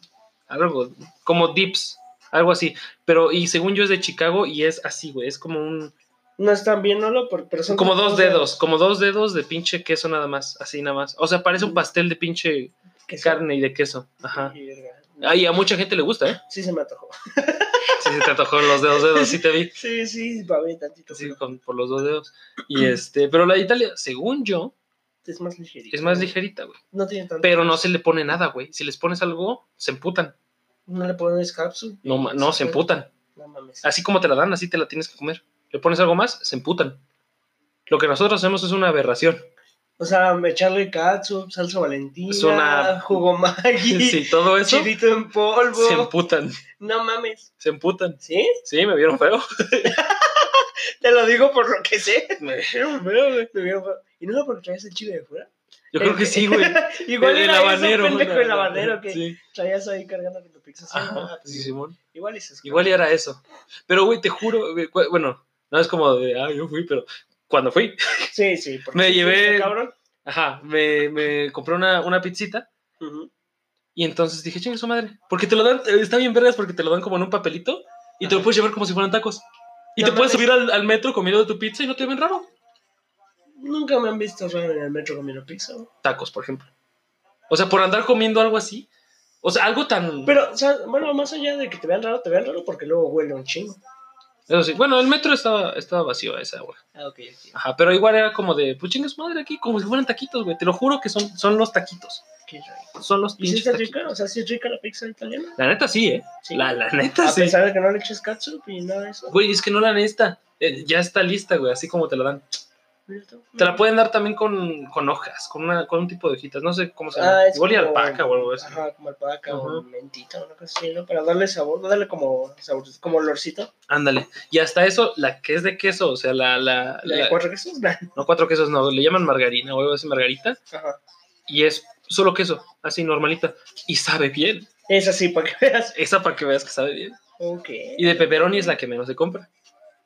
A: algo, como dips, algo así. Pero, y según yo es de Chicago y es así, güey, es como un,
C: No están bien, ¿no? Lo- Pero son
A: como dos dedos, como dos dedos de pinche queso nada más, así nada más. O sea, parece un pastel de pinche
C: Que son-
A: carne y de queso, ajá.
C: Y, verga,
A: Ay, a mucha gente le gusta, ¿eh?
C: Sí, se me atojó.
A: Sí, se te antojó los dedos, dedos, sí te vi.
C: Sí, sí, babé tantito.
A: Así, con, por los dos dedos. Y este, pero la de Italia, según yo,
C: Es más ligerito.
A: es más ligerita, güey.
C: No tiene tanto.
A: Pero no se le pone nada, güey. Si les pones algo, se emputan.
C: No le pones capsul.
A: No, ma- no, se emputan.
C: No mames.
A: así como te la dan, así te la tienes que comer. Le pones algo más, se emputan. Lo que nosotros hacemos es una aberración.
C: O sea, echarle catsup, salsa valentina,
A: Es una-
C: jugo Maggi,
A: Sí, todo eso
C: chilito en
A: se
C: polvo.
A: emputan,
C: No mames.
A: se emputan.
C: ¿Sí?
A: Sí, me vieron feo.
C: Te lo digo por lo que sé.
A: Me vieron feo, güey.
C: Me vieron- ¿Y no era porque traías el chile de fuera?
A: Yo creo que sí, güey.
C: Igual
A: el,
C: era
A: el habanero.
C: eso, pendejo,
A: güey,
C: el habanero que
A: Sí.
C: traías ahí cargando con tu pizza. Sí,
A: Ajá,
C: no, pues,
A: sí, Simón.
C: Igual es eso.
A: Igual era eso. Pero, güey, te juro, güey, cu- bueno, no es como de, ah, yo fui, pero cuando fui,
C: Sí, sí. porque
A: Me
C: sí,
A: llevé-
C: está cabrón.
A: ajá, me, me compré una, una pizzita
C: Ujú.
A: Y entonces dije, chingue su madre. Porque te lo dan, eh, está bien vergas porque te lo dan como en un papelito y te lo
C: Ajá.
A: puedes llevar como si fueran tacos. Y
C: No
A: te puedes
C: mames.
A: subir al, al metro comiendo de tu pizza y no te ven raro.
C: Nunca me han visto raro en el metro comiendo pizza. güey.
A: Tacos, por ejemplo. O sea, por andar comiendo algo así. O sea, algo tan.
C: Pero, o sea, bueno, más allá de que te vean raro, te vean raro porque luego huele un chingo.
A: Eso sí. Bueno, el metro estaba, estaba vacío a esa hora.
C: Ah, ok,
A: Ajá, pero igual era como de, pues chingue su madre aquí, como si fueran taquitos, güey. Te lo juro que son, son los taquitos.
C: Qué rico.
A: Son los
C: ¿Y si
A: pinches
C: está
A: taquitos.
C: rica? O sea, si es rica la pizza italiana.
A: La neta sí, ¿eh?
C: Sí.
A: La, la neta
C: A
A: sí.
C: pesar de que no le eches catsup y nada de eso.
A: Güey, es que no la neta. Eh, ya está lista, güey, así como te la dan. Te la pueden dar también con, con hojas, con, una, con un tipo de hojitas, no sé cómo se llama.
C: Ah, es
A: Igual y
C: como-
A: alpaca o algo así.
C: Ajá, como alpahaca o
A: Ajá.
C: mentita o una cosa así, ¿no? Para darle sabor, darle como sabor, como olorcito.
A: Ándale. Y hasta eso, la que es de queso, o sea, la. la,
C: La
A: la-
C: de cuatro quesos. Ajá.
A: no, cuatro quesos, no, le llaman margarina o algo así, margarita. Y es solo queso, así normalita. Y sabe bien.
C: Es así, para que veas.
A: Esa para que veas que sabe bien.
C: Ok.
A: Y de pepperoni es la que menos se compra.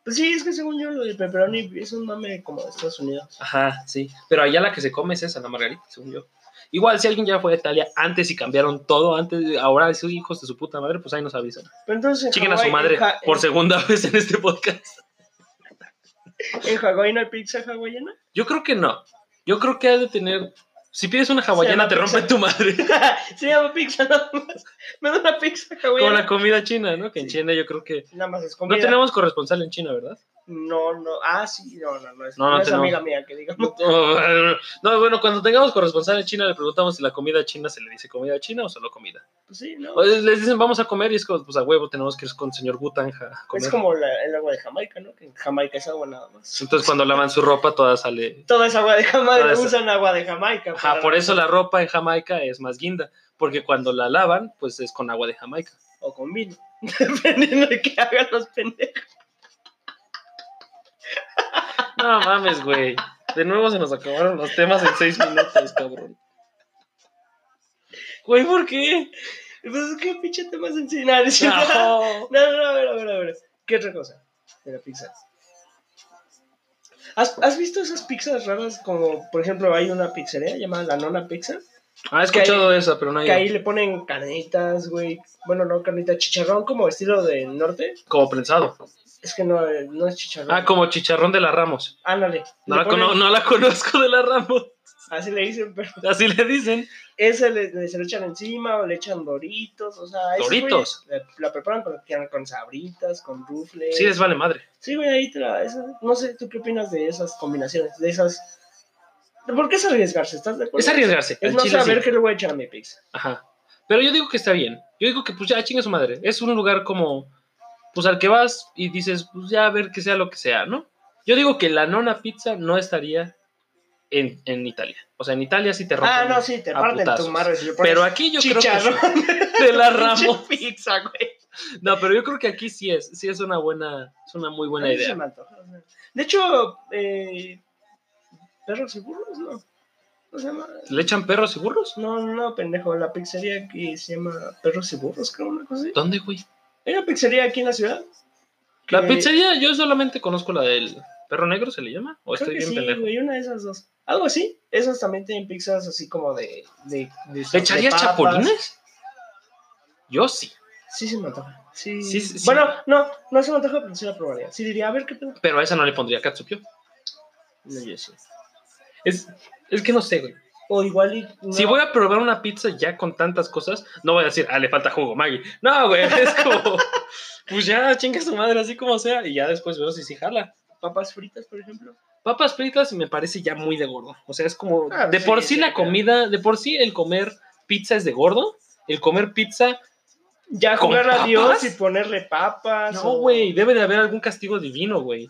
C: Pues sí, es que según yo lo de pepperoni es un mame como de Estados Unidos.
A: Ajá, sí. Pero allá la que se come es esa, la margarita, según yo. Igual, si alguien ya fue a Italia antes y cambiaron todo, antes, ahora esos hijos de su puta madre, pues ahí nos avisan.
C: Pero eh. entonces. en
A: Chiquen a su
C: Hawái-
A: madre
C: en Ja-
A: por segunda vez en este podcast.
C: ¿En Hawái no hay pizza hawaiana?
A: Yo creo que no. Yo creo que ha de tener. Si pides una hawaiana,
C: Se llama
A: te rompe
C: pizza.
A: tu madre.
C: Se llama pizza nada más. Me da una pizza
A: Como la
C: hawaiana.
A: comida china, ¿no? Que en
C: Sí.
A: China yo creo que.
C: Nada más es
A: No
C: comida.
A: tenemos corresponsal en China, ¿verdad?
C: No, no. Ah, sí, no, no, no. Es,
A: No,
C: no,
A: no
C: es
A: tenemos.
C: amiga mía que digamos.
A: No, bueno, cuando tengamos corresponsal en China, le preguntamos si la comida china se le dice comida china o solo comida.
C: Pues sí, ¿no?
A: O les dicen, vamos a comer, y es como, pues a huevo, tenemos que ir con el señor Butanja a comer.
C: Es como la- el agua de Jamaica, ¿no? Que en Jamaica es agua nada más.
A: Entonces, cuando lavan su ropa, toda sale.
C: Toda esa agua de
A: Toda
C: Jamaica,
A: esa-
C: usan agua de Jamaica.
A: Ajá,
C: para-
A: por eso la ropa en Jamaica es más guinda. Porque cuando la lavan, pues es con agua de Jamaica.
C: O con vino. Dependiendo de qué hagan los pendejos.
A: No mames, güey. De nuevo se nos acabaron los temas en seis minutos, cabrón. Güey, ¿por qué?
C: Pues es que pinche tema es en No, no, es cierto.
A: No. Ah,
C: no, no, a ver, a ver, a ver. ¿Qué otra cosa de la pizza? ¿Has, has visto esas pizzas raras? Como, por ejemplo, hay una pizzería llamada La Nona Pizza.
A: Ah, he escuchado esa, pero no
C: Que ahí
A: hay
C: le ponen carnitas, güey. Bueno, no carnitas, chicharrón como estilo del norte.
A: como prensado.
C: Es que no, eh, no es chicharrón.
A: Ah, como chicharrón de la Ramos.
C: Ándale.
A: No
C: Le
A: la,
C: ponen-
A: cono- no la conozco de la Ramos.
C: Así le dicen, pero
A: Así le dicen.
C: ese le, le- se lo echan encima o le echan doritos, o sea... ese, güey,
A: ¿Doritos?
C: La, la preparan con, con sabritas, con rufles.
A: Sí, les vale madre.
C: Sí, güey, ahí te la... esa- no sé, ¿tú qué opinas de esas combinaciones? De esas... ¿Por qué es arriesgarse? ¿Estás de acuerdo?
A: Es arriesgarse.
C: Es
A: al
C: no
A: chile sí.
C: saber qué le voy a echar a mi pizza.
A: Ajá. Pero yo digo que está bien. Yo digo que pues ya chinga su madre. Es un lugar como, pues al que vas y dices, pues ya a ver que sea lo que sea, ¿no? Yo digo que la nona pizza no estaría en, en Italia. O sea, en Italia sí te rompen.
C: Ah, no, sí, pues, te
A: a
C: parten
A: putazos.
C: tu madre si le pones
A: Pero aquí yo
C: chicharrón.
A: creo que sí. de la
C: Pinche
A: Ramos.
C: pizza, güey.
A: No, pero yo creo que aquí sí es, sí es una buena, es una muy
C: A
A: buena
C: mí se
A: idea.
C: me antoja, o sea. De hecho, eh, perros y burros, ¿no? ¿Cómo se llama?
A: ¿Le echan perros y burros?
C: No, no, no, pendejo. La pizzería que se llama Perros y Burros, creo, una cosa así.
A: ¿Dónde, güey?
C: Hay una pizzería aquí en la ciudad.
A: La
C: que-
A: pizzería, yo solamente conozco la del perro negro, ¿se le llama? ¿O
C: Creo
A: estoy
C: que
A: bien
C: sí,
A: pendejo?
C: güey, una de esas dos. Algo así. Esas también tienen pizzas así como de. de, de-
A: ¿Le echarías
C: de papas.
A: chapulines? Yo sí.
C: Sí, se me antoja. Sí.
A: Sí, sí, sí.
C: Bueno, no, no se me antoja, pero sí la probaría. Sí, diría, a ver qué pedo.
A: Pero a esa no le pondría katsup yo.
C: No, yo sí.
A: Es, es que no sé, güey.
C: O igual y. no.
A: Si voy a probar una pizza ya con tantas cosas, no voy a decir, ah, le falta jugo, Maggie. No, güey, es como, pues ya, chinga su madre, así como sea. Y ya después veo si sí jala.
C: Papas fritas, por ejemplo.
A: Papas fritas me parece ya muy de gordo. O sea, es como,
C: Ah,
A: de
C: sí,
A: por sí
C: sí,
A: la
C: claro.
A: comida, de por sí el comer pizza es de gordo. El comer pizza,
C: Ya
A: ¿Con
C: jugar a Dios
A: papas?
C: y ponerle papas.
A: no,
C: o-
A: güey, debe de haber algún castigo divino, güey.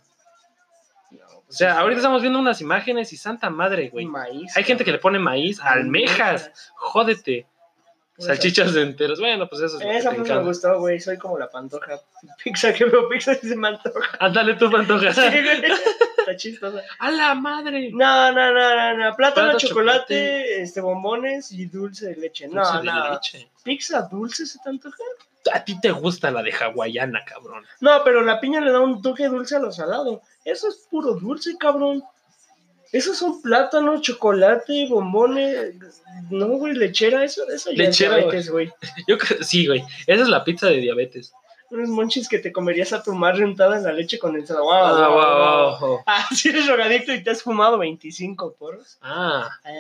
C: No, pues
A: O sea,
C: sí,
A: ahorita estamos viendo unas imágenes y santa madre, güey.
C: Maíz.
A: Hay gente que le pone maíz, almejas, jódete.
C: Por eso.
A: Salchichas enteras. Bueno, pues eso es lo que
C: Esa
A: te
C: frase me
A: encanta.
C: gustó, güey. Soy como la pantoja. Pizza que veo pizza y se me antoja.
A: Ándale Ah, tú, pantoja.
C: Sí, güey. Está chistosa.
A: ¡A la madre!
C: No, no, no, no, no. Plátano,
A: Plátano,
C: chocolate,
A: chocolate.
C: este, bombones y dulce de leche.
A: Dulce
C: no,
A: de
C: no.
A: leche.
C: ¿Pizza dulce se te antoja?
A: A ti te gusta la de hawaiana, cabrón.
C: No, pero la piña le da un toque dulce a lo salado. Eso es puro dulce, cabrón. Esos son plátano, chocolate, bombones. No, güey, lechera, eso, eso ya es
A: Lechera,
C: diabetes, güey.
A: Yo creo, sí, güey. Esa es la pizza de diabetes.
C: Unos monchis que te comerías a tu madre untada en la leche condensada. ¡Wow!
A: Ah,
C: wow, wow.
A: wow, wow.
C: Ah, si eres drogadicto y te has fumado 25 porros.
A: Ah,
C: Ah,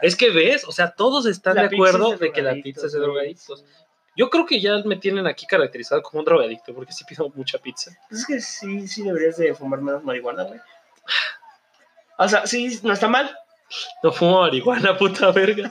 A: es que ves, o sea, todos están
C: La
A: de
C: pizza es
A: acuerdo
C: de
A: de que la
C: drogadictos,
A: pizza es de
C: güey.
A: drogadictos. Yo creo que ya me tienen aquí caracterizado como un drogadicto, porque sí pido mucha pizza.
C: pues es que sí, sí deberías de fumar menos marihuana, güey. O sea, sí, no está mal.
A: No fumo marihuana, puta verga.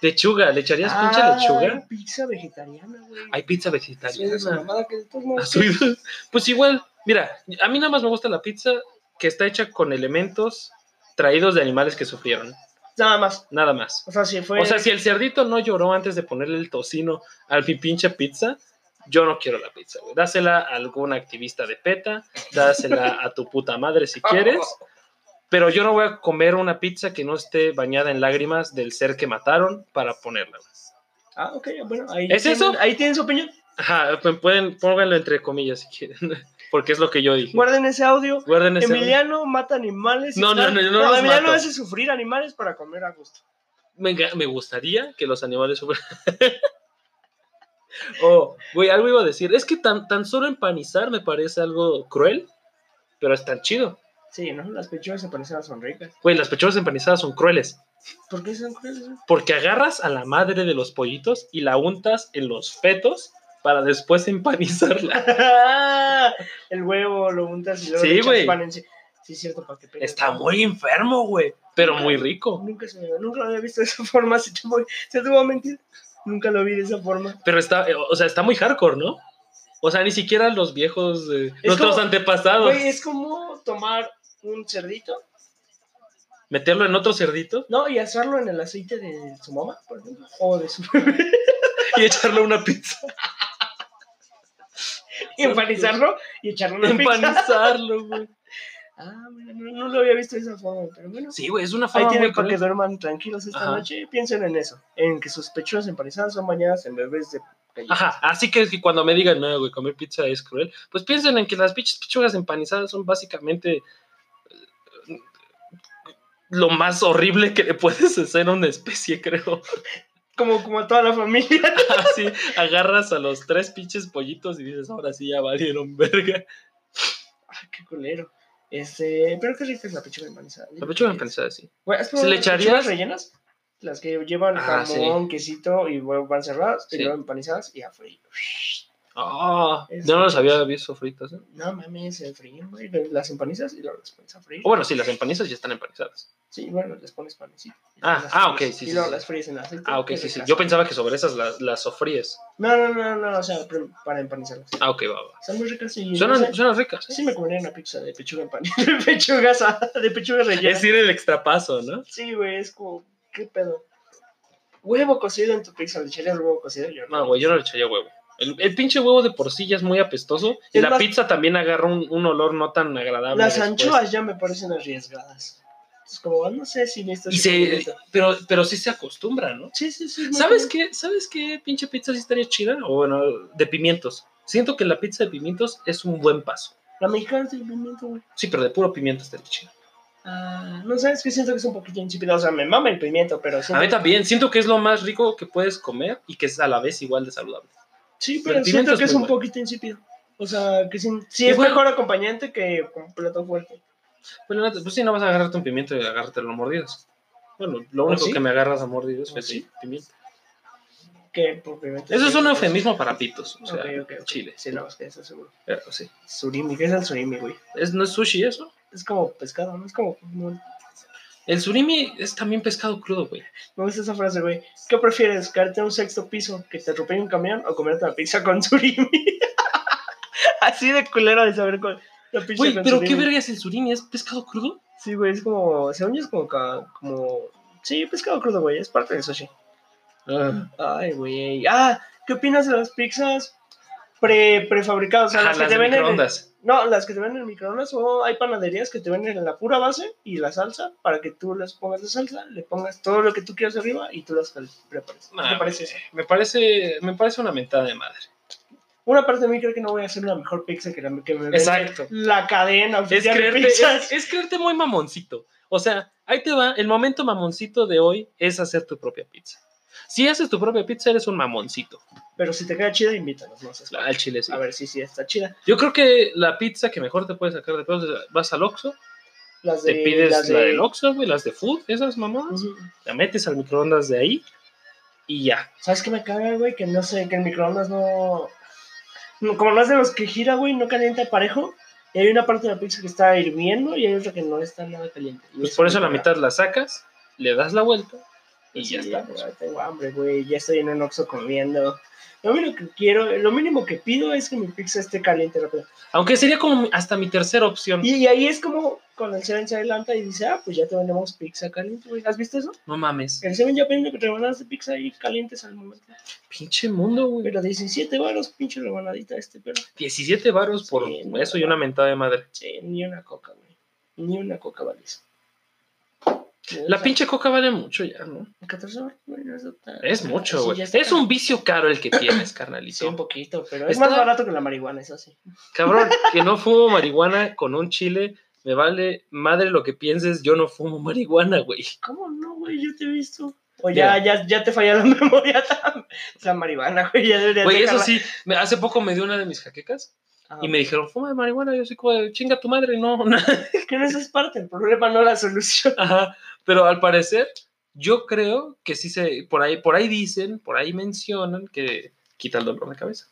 A: Lechuga, ¿le echarías pinche
C: Ah,
A: lechuga?
C: Pizza vegetariana, güey.
A: Hay pizza
C: Sí, es una
A: vegetariana.
C: mamada que de todos modos-
A: A su ídolo. Pues igual, mira, a mí nada más me gusta la pizza que está hecha con elementos traídos de animales que sufrieron,
C: Nada más.
A: nada más.
C: O sea, si fue.
A: O sea, si el cerdito no lloró antes de ponerle el tocino al mi pinche pizza, yo no quiero la pizza, güey. Dásela a algún activista de PETA, dásela a tu puta madre si quieres, pero yo no voy a comer una pizza que no esté bañada en lágrimas del ser que mataron para ponerla. güey.
C: Ah, ok, bueno. Ahí
A: ¿Es
C: tienen,
A: eso?
C: Ahí tienen su opinión.
A: Ajá, pu- pueden, pónganlo entre comillas si quieren, porque es lo que yo dije.
C: Guarden ese audio.
A: Guarden ese-
C: Emiliano mata animales. y
A: No, no,
C: tal.
A: no, yo no los
C: Emiliano
A: mato.
C: hace sufrir animales para comer a gusto.
A: me, enga- me gustaría que los animales sufran. oh, güey, algo iba a decir. Es que tan, tan solo empanizar me parece algo cruel, pero es tan chido.
C: Sí, ¿no? Las pechugas se parecen a son ricas.
A: Güey, las pechugas empanizadas son crueles.
C: ¿Por qué son crueles? güey?
A: Porque agarras a la madre de los pollitos y la untas en los fetos para después empanizarla.
C: el huevo lo untas y luego
A: Sí,
C: le echas
A: güey.
C: pan en sí. Sí, es cierto, para que pegue.
A: Está muy enfermo, güey. Pero muy rico.
C: Nunca, se me- nunca lo había visto de esa forma, se te, voy, se te voy a mentir. Nunca lo vi de esa forma.
A: Pero está, eh, o sea, está muy hardcore, ¿no? O sea, ni siquiera los viejos, eh, nuestros
C: como-
A: antepasados,
C: Güey, es como tomar un cerdito,
A: meterlo en otro cerdito
C: ¿no? Y asarlo en el aceite de su mamá, por ejemplo, o de su bebé,
A: y echarle una pizza.
C: y empanizarlo y echarlo en la pizza.
A: empanizarlo, güey.
C: Ah, mira, no, no lo había visto de esa forma, pero bueno.
A: Sí, güey, es una
C: Ahí
A: forma
C: tienen
A: muy
C: para que
A: cruel.
C: duerman tranquilos esta
A: Ajá.
C: noche. Piensen en eso, en que sus pechugas empanizadas son bañadas en bebés de gallinas.
A: Ajá, así que, que cuando me digan, no, güey, comer pizza es cruel, pues piensen en que las pinches pichugas empanizadas son básicamente eh, lo más horrible que le puedes hacer a una especie, creo.
C: Como, como a toda la familia.
A: Así agarras a los tres pinches pollitos y dices, ahora sí ya valieron verga.
C: Ay, Ah, qué culero. Este, pero qué rica es la pechuga empanizada.
A: La pechuga empanizada, sí.
C: Güey, ¿has
A: Si le
C: probado las pechugas
A: echarías-
C: rellenas? Las que llevan
A: Ah,
C: jamón, quesito y bueno, van cerradas
A: Sí.
C: y luego empanizadas y a freír.
A: Ah,
C: Es
A: yo no las
C: delicioso.
A: había visto fritas. ¿eh?
C: No mames, se fríen, güey. Las empanizas y luego las pones a freír.
A: O Oh, bueno, sí, las empanizas ya están empanizadas.
C: Sí, bueno, les pones panecito.
A: Ah,
C: Las
A: ah, ok,
C: fríes.
A: sí,
C: Y
A: sí,
C: luego
A: sí.
C: las fríes en aceite.
A: Ah, ok,
C: Qué
A: sí, sí.
C: ricas.
A: Yo pensaba que sobre esas las, las sofríes.
C: No, no, no, no, o sea, pre- para empanizarlas.
A: Ah, ok, va, va.
C: Están muy ricas y... no
A: Suenan,
C: sé,
A: suenan ricas. ¿eh?
C: Sí me comería una pizza de pechuga en pan. De pechuga asada, de pechuga rellena.
A: Es ir el extrapaso, ¿no?
C: Sí, güey, es como... ¿Qué pedo? Huevo cocido en tu pizza. ¿Le echarías huevo cocido? Yo
A: No, güey, yo no le echaría huevo. El, el pinche huevo de por sí ya es muy apestoso. Y
C: Es
A: la
C: más-
A: pizza también agarra un, un olor no tan agradable.
C: Las
A: después.
C: anchoas ya me parecen arriesgadas. Es como, "Ah, no sé si listo.
A: Y se, pero, pero sí se acostumbra, ¿no?
C: Sí, sí, sí. es muy
A: ¿Sabes
C: común.
A: qué? ¿Sabes qué pinche pizza sí estaría chida? O bueno, de pimientos. Siento que la pizza de pimientos es un buen paso.
C: La mexicana tiene pimiento, güey.
A: Sí, pero de puro pimiento estaría chida.
C: Ah, no sabes que siento que es un poquito insípido. O sea, me mama el pimiento, pero
A: A
C: siento
A: mí también, siento que es lo más rico que puedes comer y que es a la vez igual de saludable.
C: Sí,
A: El
C: pero
A: pimiento
C: siento
A: es
C: que es
A: muy
C: un
A: bueno.
C: poquito insípido. O sea, que sin- sí
A: Y
C: es
A: güey-
C: mejor acompañante que con plato fuerte.
A: Bueno, no te- pues sí, no vas a agarrarte un pimiento y agárratelo a mordidas. Bueno, lo
C: ¿Ah,
A: único
C: sí? ¿Ah,
A: que me agarras a mordidas es
C: sí?
A: el pimiento.
C: Que por pimiento.
A: Eso es un
C: Sí,
A: eufemismo para pitos, o
C: Ok,
A: sea,
C: ok, ok.
A: chile.
C: Sí, no, es que eso seguro.
A: Pero sí.
C: Surimi, ¿qué es el surimi, güey?
A: ¿Es, ¿No es sushi eso?
C: Es como pescado, ¿no? Es como. no-
A: El surimi es también pescado crudo, güey.
C: Me gusta esa frase, güey. ¿Qué prefieres, caerte a un sexto piso, que te atropelle un camión o comerte una pizza con surimi? Así de culero de saber cuál. La pizza
A: Güey,
C: con
A: pero
C: surimi.
A: ¿qué verga es el surimi? ¿Es pescado crudo?
C: Sí, güey, es como. Según yo es como. ca- como sí, pescado crudo, güey. Es parte del sushi. Ay, güey. Ah, ¿qué opinas de las pizzas pre prefabricadas? O sea,
A: Ajá,
C: las que
A: las
C: te
A: de
C: venden. en-
A: microondas.
C: no, las que te venden en microondas o hay panaderías que te venden la pura base y la salsa para que tú les pongas la salsa, le pongas todo lo que tú quieras arriba y tú las cal- prepares. ¿Qué
A: Nah,
C: te parece eso?
A: Me parece, me parece una mentada de madre.
C: Una parte de mí creo que no voy a hacer una mejor pizza que la que me vende
A: Exacto.
C: la cadena
A: Es
C: oficial de
A: creerte,
C: pizzas.
A: es, es creerte muy mamoncito. O sea, ahí te va, el momento mamoncito de hoy es hacer tu propia pizza. Si haces tu propia pizza, eres un mamoncito.
C: Pero si te queda chida, invítanos. No seas-
A: Al chile, sí.
C: A ver si sí, está chida.
A: Yo creo que la pizza que mejor te puede sacar de pedos es, vas al Oxxo,
C: Las de,
A: te pides
C: las
A: la del Oxxo, güey, las de Food, esas mamadas,
C: Ujú.
A: la metes al microondas de ahí y ya.
C: ¿Sabes qué me caga, güey? Que no sé, que el microondas no... no- Como no es de los que gira, güey, no calienta parejo. Y hay una parte de la pizza que está hirviendo y hay otra que no está nada caliente. Y
A: Pues por eso a la
C: me
A: mitad la sacas, le das la vuelta
C: caga.
A: y
C: "Ah, Sí,
A: ya está. pues".
C: güey, Tengo hambre, güey. Ya estoy en un Oxxo comiendo. Lo mínimo que quiero, lo mínimo que pido es que mi pizza esté caliente rápido.
A: Aunque sería como mi- hasta mi tercera opción.
C: Y, y ahí es como cuando el Seven se adelanta y dice, ah, pues ya te vendemos pizza caliente, güey. ¿Has visto eso?
A: No mames.
C: El Seven ya vende rebanadas de pizza ahí calientes al momento.
A: Pinche mundo, güey.
C: Pero 17 varos, pinche rebanadita este, pero...
A: 17 varos por
C: Sí, no,
A: eso y una mentada de madre.
C: Sí, ni una coca, güey. Ni una coca vale eso.
A: La pinche coca vale mucho ya, ¿no?
C: 14 horas, güey, no es tan-
A: Es mucho,
C: Sí,
A: güey.
C: ya está.
A: es un vicio caro el que tienes,
C: Sí, un
A: carnalito.
C: poquito, pero es
A: Está-
C: más barato que la marihuana, eso sí.
A: Cabrón, que no fumo marihuana con un chile, me vale madre lo que pienses, yo no fumo marihuana, güey.
C: ¿Cómo no, güey? Yo te he visto. O ya, ya, ya te falla la memoria. tam- La marihuana, güey, ya deberías
A: Güey, eso
C: dejarla.
A: sí, me- hace poco me dio una de mis jaquecas
C: Ah,
A: y me dijeron, fuma marihuana, yo soy como, de, chinga tu madre, no, no.
C: Que no esa es parte del problema, no la solución.
A: Ajá, pero al parecer, yo creo que sí se, por ahí, por ahí dicen, por ahí mencionan que quita el dolor de cabeza.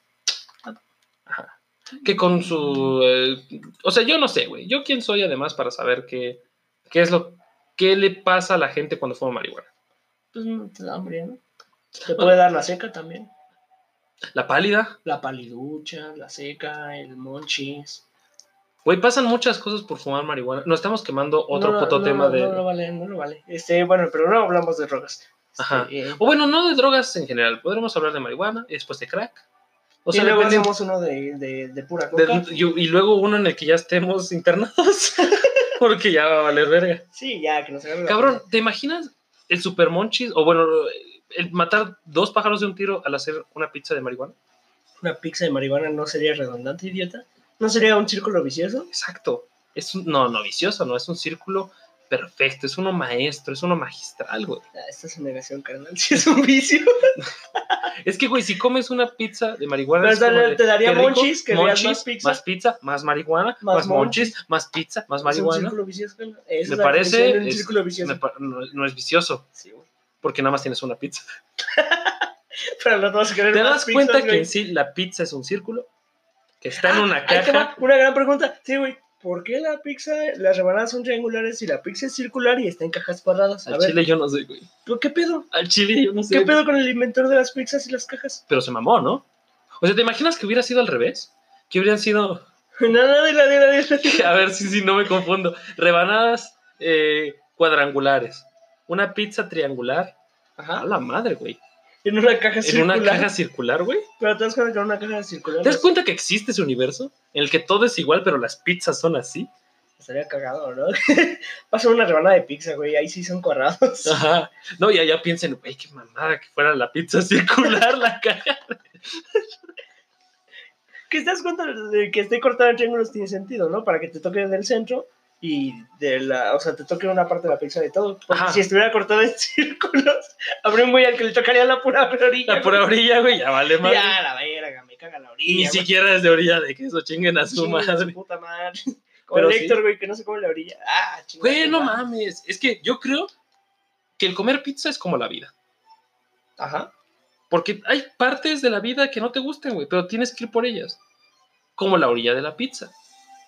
A: Ajá. Que con su, eh, o sea, yo no sé, güey, yo quién soy además para saber qué, qué es lo, qué le pasa a la gente cuando fuma marihuana.
C: Pues no te da hambre, ¿no? Te puede dar la seca también.
A: La pálida,
C: La paliducha, la seca, el monchis.
A: güey, pasan muchas cosas por fumar marihuana. Nos estamos quemando otro
C: No,
A: puto
C: no,
A: tema
C: no,
A: de...
C: No lo vale, no lo vale. Este, bueno, pero no hablamos de drogas. Este,
A: Ajá.
C: eh,
A: O bueno, no de drogas en general. Podremos hablar de marihuana y después de crack. O sea,
C: y luego
A: depende
C: hacemos uno de, de, de pura coca.
A: de- y, y luego uno en el que ya estemos internados. Porque ya va a valer verga.
C: Sí, ya, que nos agarren la
A: Cabrón,
C: peda.
A: ¿te imaginas el Super Monchis? O bueno, el matar dos pájaros de un tiro al hacer una pizza de marihuana.
C: Una pizza de marihuana no sería redundante, idiota. ¿No sería un círculo vicioso?
A: Exacto. Es un- no, no vicioso, no. Es un círculo perfecto. Es uno maestro, es uno magistral, güey.
C: Ah, esta es una negación, carnal. Si es un vicio.
A: Es que, güey, si comes una pizza de marihuana.
C: Pero
A: es como
C: Pues dale-
A: de,
C: te daría
A: qué rico,
C: monchis, querrías más pizza.
A: Más pizza, más marihuana,
C: Más
A: más, monchis, más pizza, más
C: Es un
A: marihuana.
C: círculo vicioso, carnal. Esa es
A: Me
C: la definición de
A: parece.
C: Un
A: es-
C: círculo vicioso.
A: me pa- no, no es vicioso,
C: Sí, güey.
A: porque nada más tienes una pizza.
C: Pero no te vas a querer
A: ¿Te
C: más
A: das
C: pizzas,
A: cuenta que
C: güey.
A: en sí la pizza es un círculo? Que está en
C: Ah,
A: una
C: ahí te va
A: caja.
C: Una gran pregunta. Sí, güey. ¿Por qué la pizza, las rebanadas son triangulares y la pizza es circular y está en cajas cuadradas? A
A: Al
C: ver,
A: chile yo no sé, güey.
C: ¿tú qué pedo?
A: Al chile yo no sé.
C: ¿Qué pedo con el inventor de las pizzas y las cajas?
A: Pero se mamó, ¿no? O sea, ¿te imaginas que hubiera sido al revés? Que hubieran sido.
C: No, no, de la, de la, de la.
A: A ver si si no me confundo. Rebanadas eh, cuadrangulares. Una pizza triangular. A
C: Ajá.
A: la madre, güey.
C: En una caja
A: En
C: circular.
A: una caja circular, güey.
C: Pero te das cuenta que en una caja circular.
A: ¿Te das
C: no-
A: cuenta que existe ese universo? En el que todo es igual, pero las pizzas son así.
C: Estaría cagado, ¿no? Pasa una rebanada de pizza, güey. Ahí sí son cuadrados.
A: Ajá. No, y allá piensen, güey, qué mamada que fuera la pizza circular, la caja.
C: que te das cuenta de que esté cortado en triángulos tiene sentido, ¿no? Para que te toque del centro y de la. O sea, te toque una parte de la pizza de todo. Porque
A: Ajá.
C: si estuviera cortado en círculos, habría un güey al que le tocaría la pura orilla.
A: La pura
C: güey.
A: orilla, güey, ya vale madre.
C: Ya, la verga, me caga la orilla.
A: Ni
C: güey.
A: siquiera es de orilla de queso, chinguen a su
C: Chinga
A: madre.
C: Puta madre. Como
A: Pero
C: el
A: sí.
C: Héctor, güey, que no se come la orilla. Ah, chingada.
A: Güey, no mames. Es que yo creo que el comer pizza es como la vida.
C: Ajá.
A: Porque hay partes de la vida que no te gustan, güey, pero tienes que ir por ellas. Como la orilla de la pizza.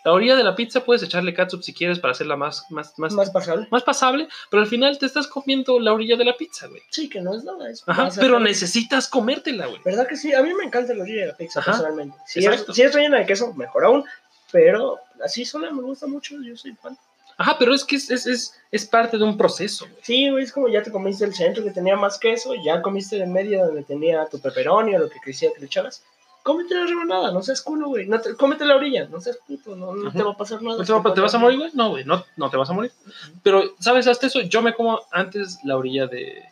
A: La orilla de la pizza puedes echarle catsup si quieres para hacerla más, más, más, más.
C: Más pasable.
A: pasable, pero al final te estás comiendo la orilla de la pizza, güey.
C: Sí, que no es nada. Es
A: Ajá,
C: más
A: pero
C: saludable.
A: necesitas comértela, güey.
C: ¿Verdad que sí? A mí me encanta la orilla de la pizza,
A: Ajá,
C: personalmente. Si es,
A: exacto.
C: si es rellena de queso, mejor aún. Pero así sola me gusta mucho, yo soy fan.
A: Ajá, pero es que es, es, es, es parte de un proceso, güey.
C: Sí, güey, es como ya te comiste el centro que tenía más queso, ya comiste el medio donde tenía tu pepperoni o lo que quisiera que le echaras. Cómete la rebanada, no seas culo, güey. No te- cómete la orilla, no seas puto, no, no
A: Ajá.
C: te va a pasar nada.
A: ¿No te, va- te vas a morir, güey? No, güey, no, no te vas a morir. Pero, ¿sabes? Hasta eso, yo me como antes la orilla de,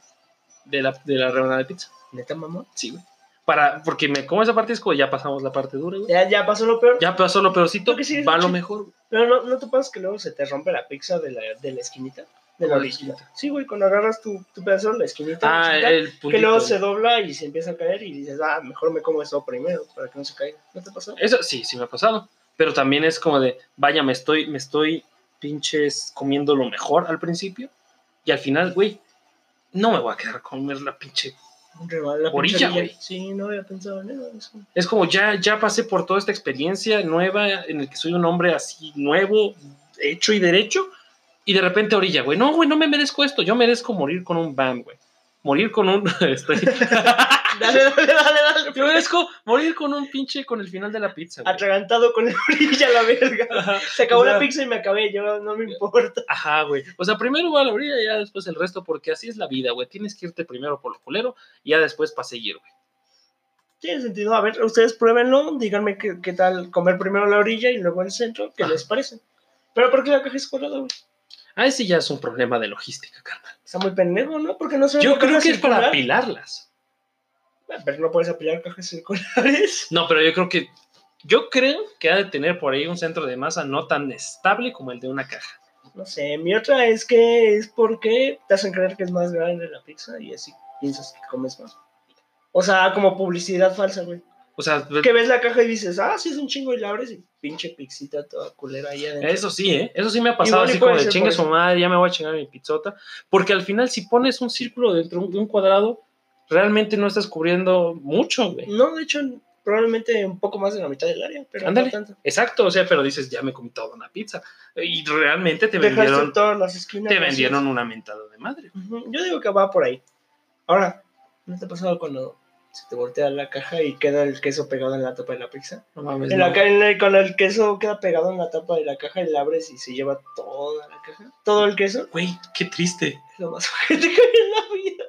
A: de, la, de la rebanada de pizza.
C: ¿Neta, mamá?
A: Sí, güey. Para, porque me como esa parte y es como ya pasamos la parte dura, güey.
C: Ya, ya pasó lo peor.
A: Ya pasó lo peorcito,
C: Creo que sí,
A: va
C: sí.
A: lo mejor, güey.
C: Pero no, no te pasa que luego se te rompe la pizza de la, de la esquinita. De la
A: ¿Cuál
C: orilla.
A: esquinita?
C: Sí, güey, cuando agarras tu, tu pedazo de la esquinita.
A: Ah,
C: chiquita,
A: el puntito.
C: que luego se dobla y se empieza a caer y dices, ah, mejor me como eso primero para que no se caiga. ¿No te pasó?
A: Eso sí, sí me ha pasado. Pero también es como de, vaya, me estoy, me estoy pinches comiendo lo mejor al principio. Y al final, güey, no me voy a quedar a comer la pinche.
C: Un rival, la pinche
A: Orilla,
C: orilla.
A: güey.
C: Sí, no había pensado en eso.
A: Es como ya, ya pasé por toda esta experiencia nueva en el que soy un hombre así nuevo, hecho y derecho. Y de repente orilla, güey. No, güey, no me merezco esto. Yo merezco morir con un bam, güey. Morir con un. estoy-
C: Dale, dale, dale, dale.
A: Yo merezco morir con un pinche con el final de la pizza, güey.
C: Atragantado con la orilla, la verga.
A: Ajá.
C: Se acabó
A: O sea,
C: la pizza y me acabé, yo no me importa.
A: Ajá, güey. O sea, primero va la orilla y ya después el resto, porque así es la vida, güey. Tienes que irte primero por lo culero y ya después para seguir, güey.
C: Tiene sentido. A ver, ustedes pruébenlo, díganme qué, qué tal comer primero la orilla y luego el centro, qué
A: Ajá.
C: les parece. Pero ¿por qué la caja es cuadrada, güey?
A: Ah, ese ya es un problema de logística, carnal.
C: Está muy pendejo, ¿no? Porque no se ve
A: Yo
C: una
A: creo
C: caja
A: que es para
C: circular.
A: apilarlas.
C: Ah, Pero no puedes apilar cajas circulares.
A: No, pero yo creo que. Yo creo que ha de tener por ahí un centro de masa no tan estable como el de una caja.
C: No sé, mi otra es que es porque te hacen creer que es más grande la pizza y así piensas que comes más. O sea, como publicidad falsa, güey.
A: O sea,
C: Que ves la caja y dices, ah, sí es un chingo y la abres y pinche pixita toda culera ahí adentro.
A: eso sí, ¿eh? Eso sí me ha pasado
C: Igual y
A: así como
C: puede
A: de
C: ser
A: chinga
C: por
A: su
C: eso".
A: madre, ya me voy a chingar mi pizzota. Porque al final, si pones un círculo dentro de un cuadrado, realmente no estás cubriendo mucho, güey.
C: No, de hecho, probablemente un poco más de la mitad del área, pero
A: Ándale.
C: no tanto.
A: Exacto, o sea, pero dices, ya me comí toda una pizza. Y realmente te
C: Dejaste
A: vendieron,
C: todas las esquinas.
A: te
C: vacías.
A: vendieron una mentada de madre.
C: Ujú, Yo digo que va por ahí. Ahora, ¿no te ha pasado cuando se te voltea la caja y queda el queso pegado en la tapa de la pizza?
A: Pues No mames.
C: En la ca- en el- cuando el queso queda pegado en la tapa de la caja y la abres y se lleva toda la caja. Todo el queso.
A: Güey, qué triste.
C: Lo más fuerte que vi en la vida.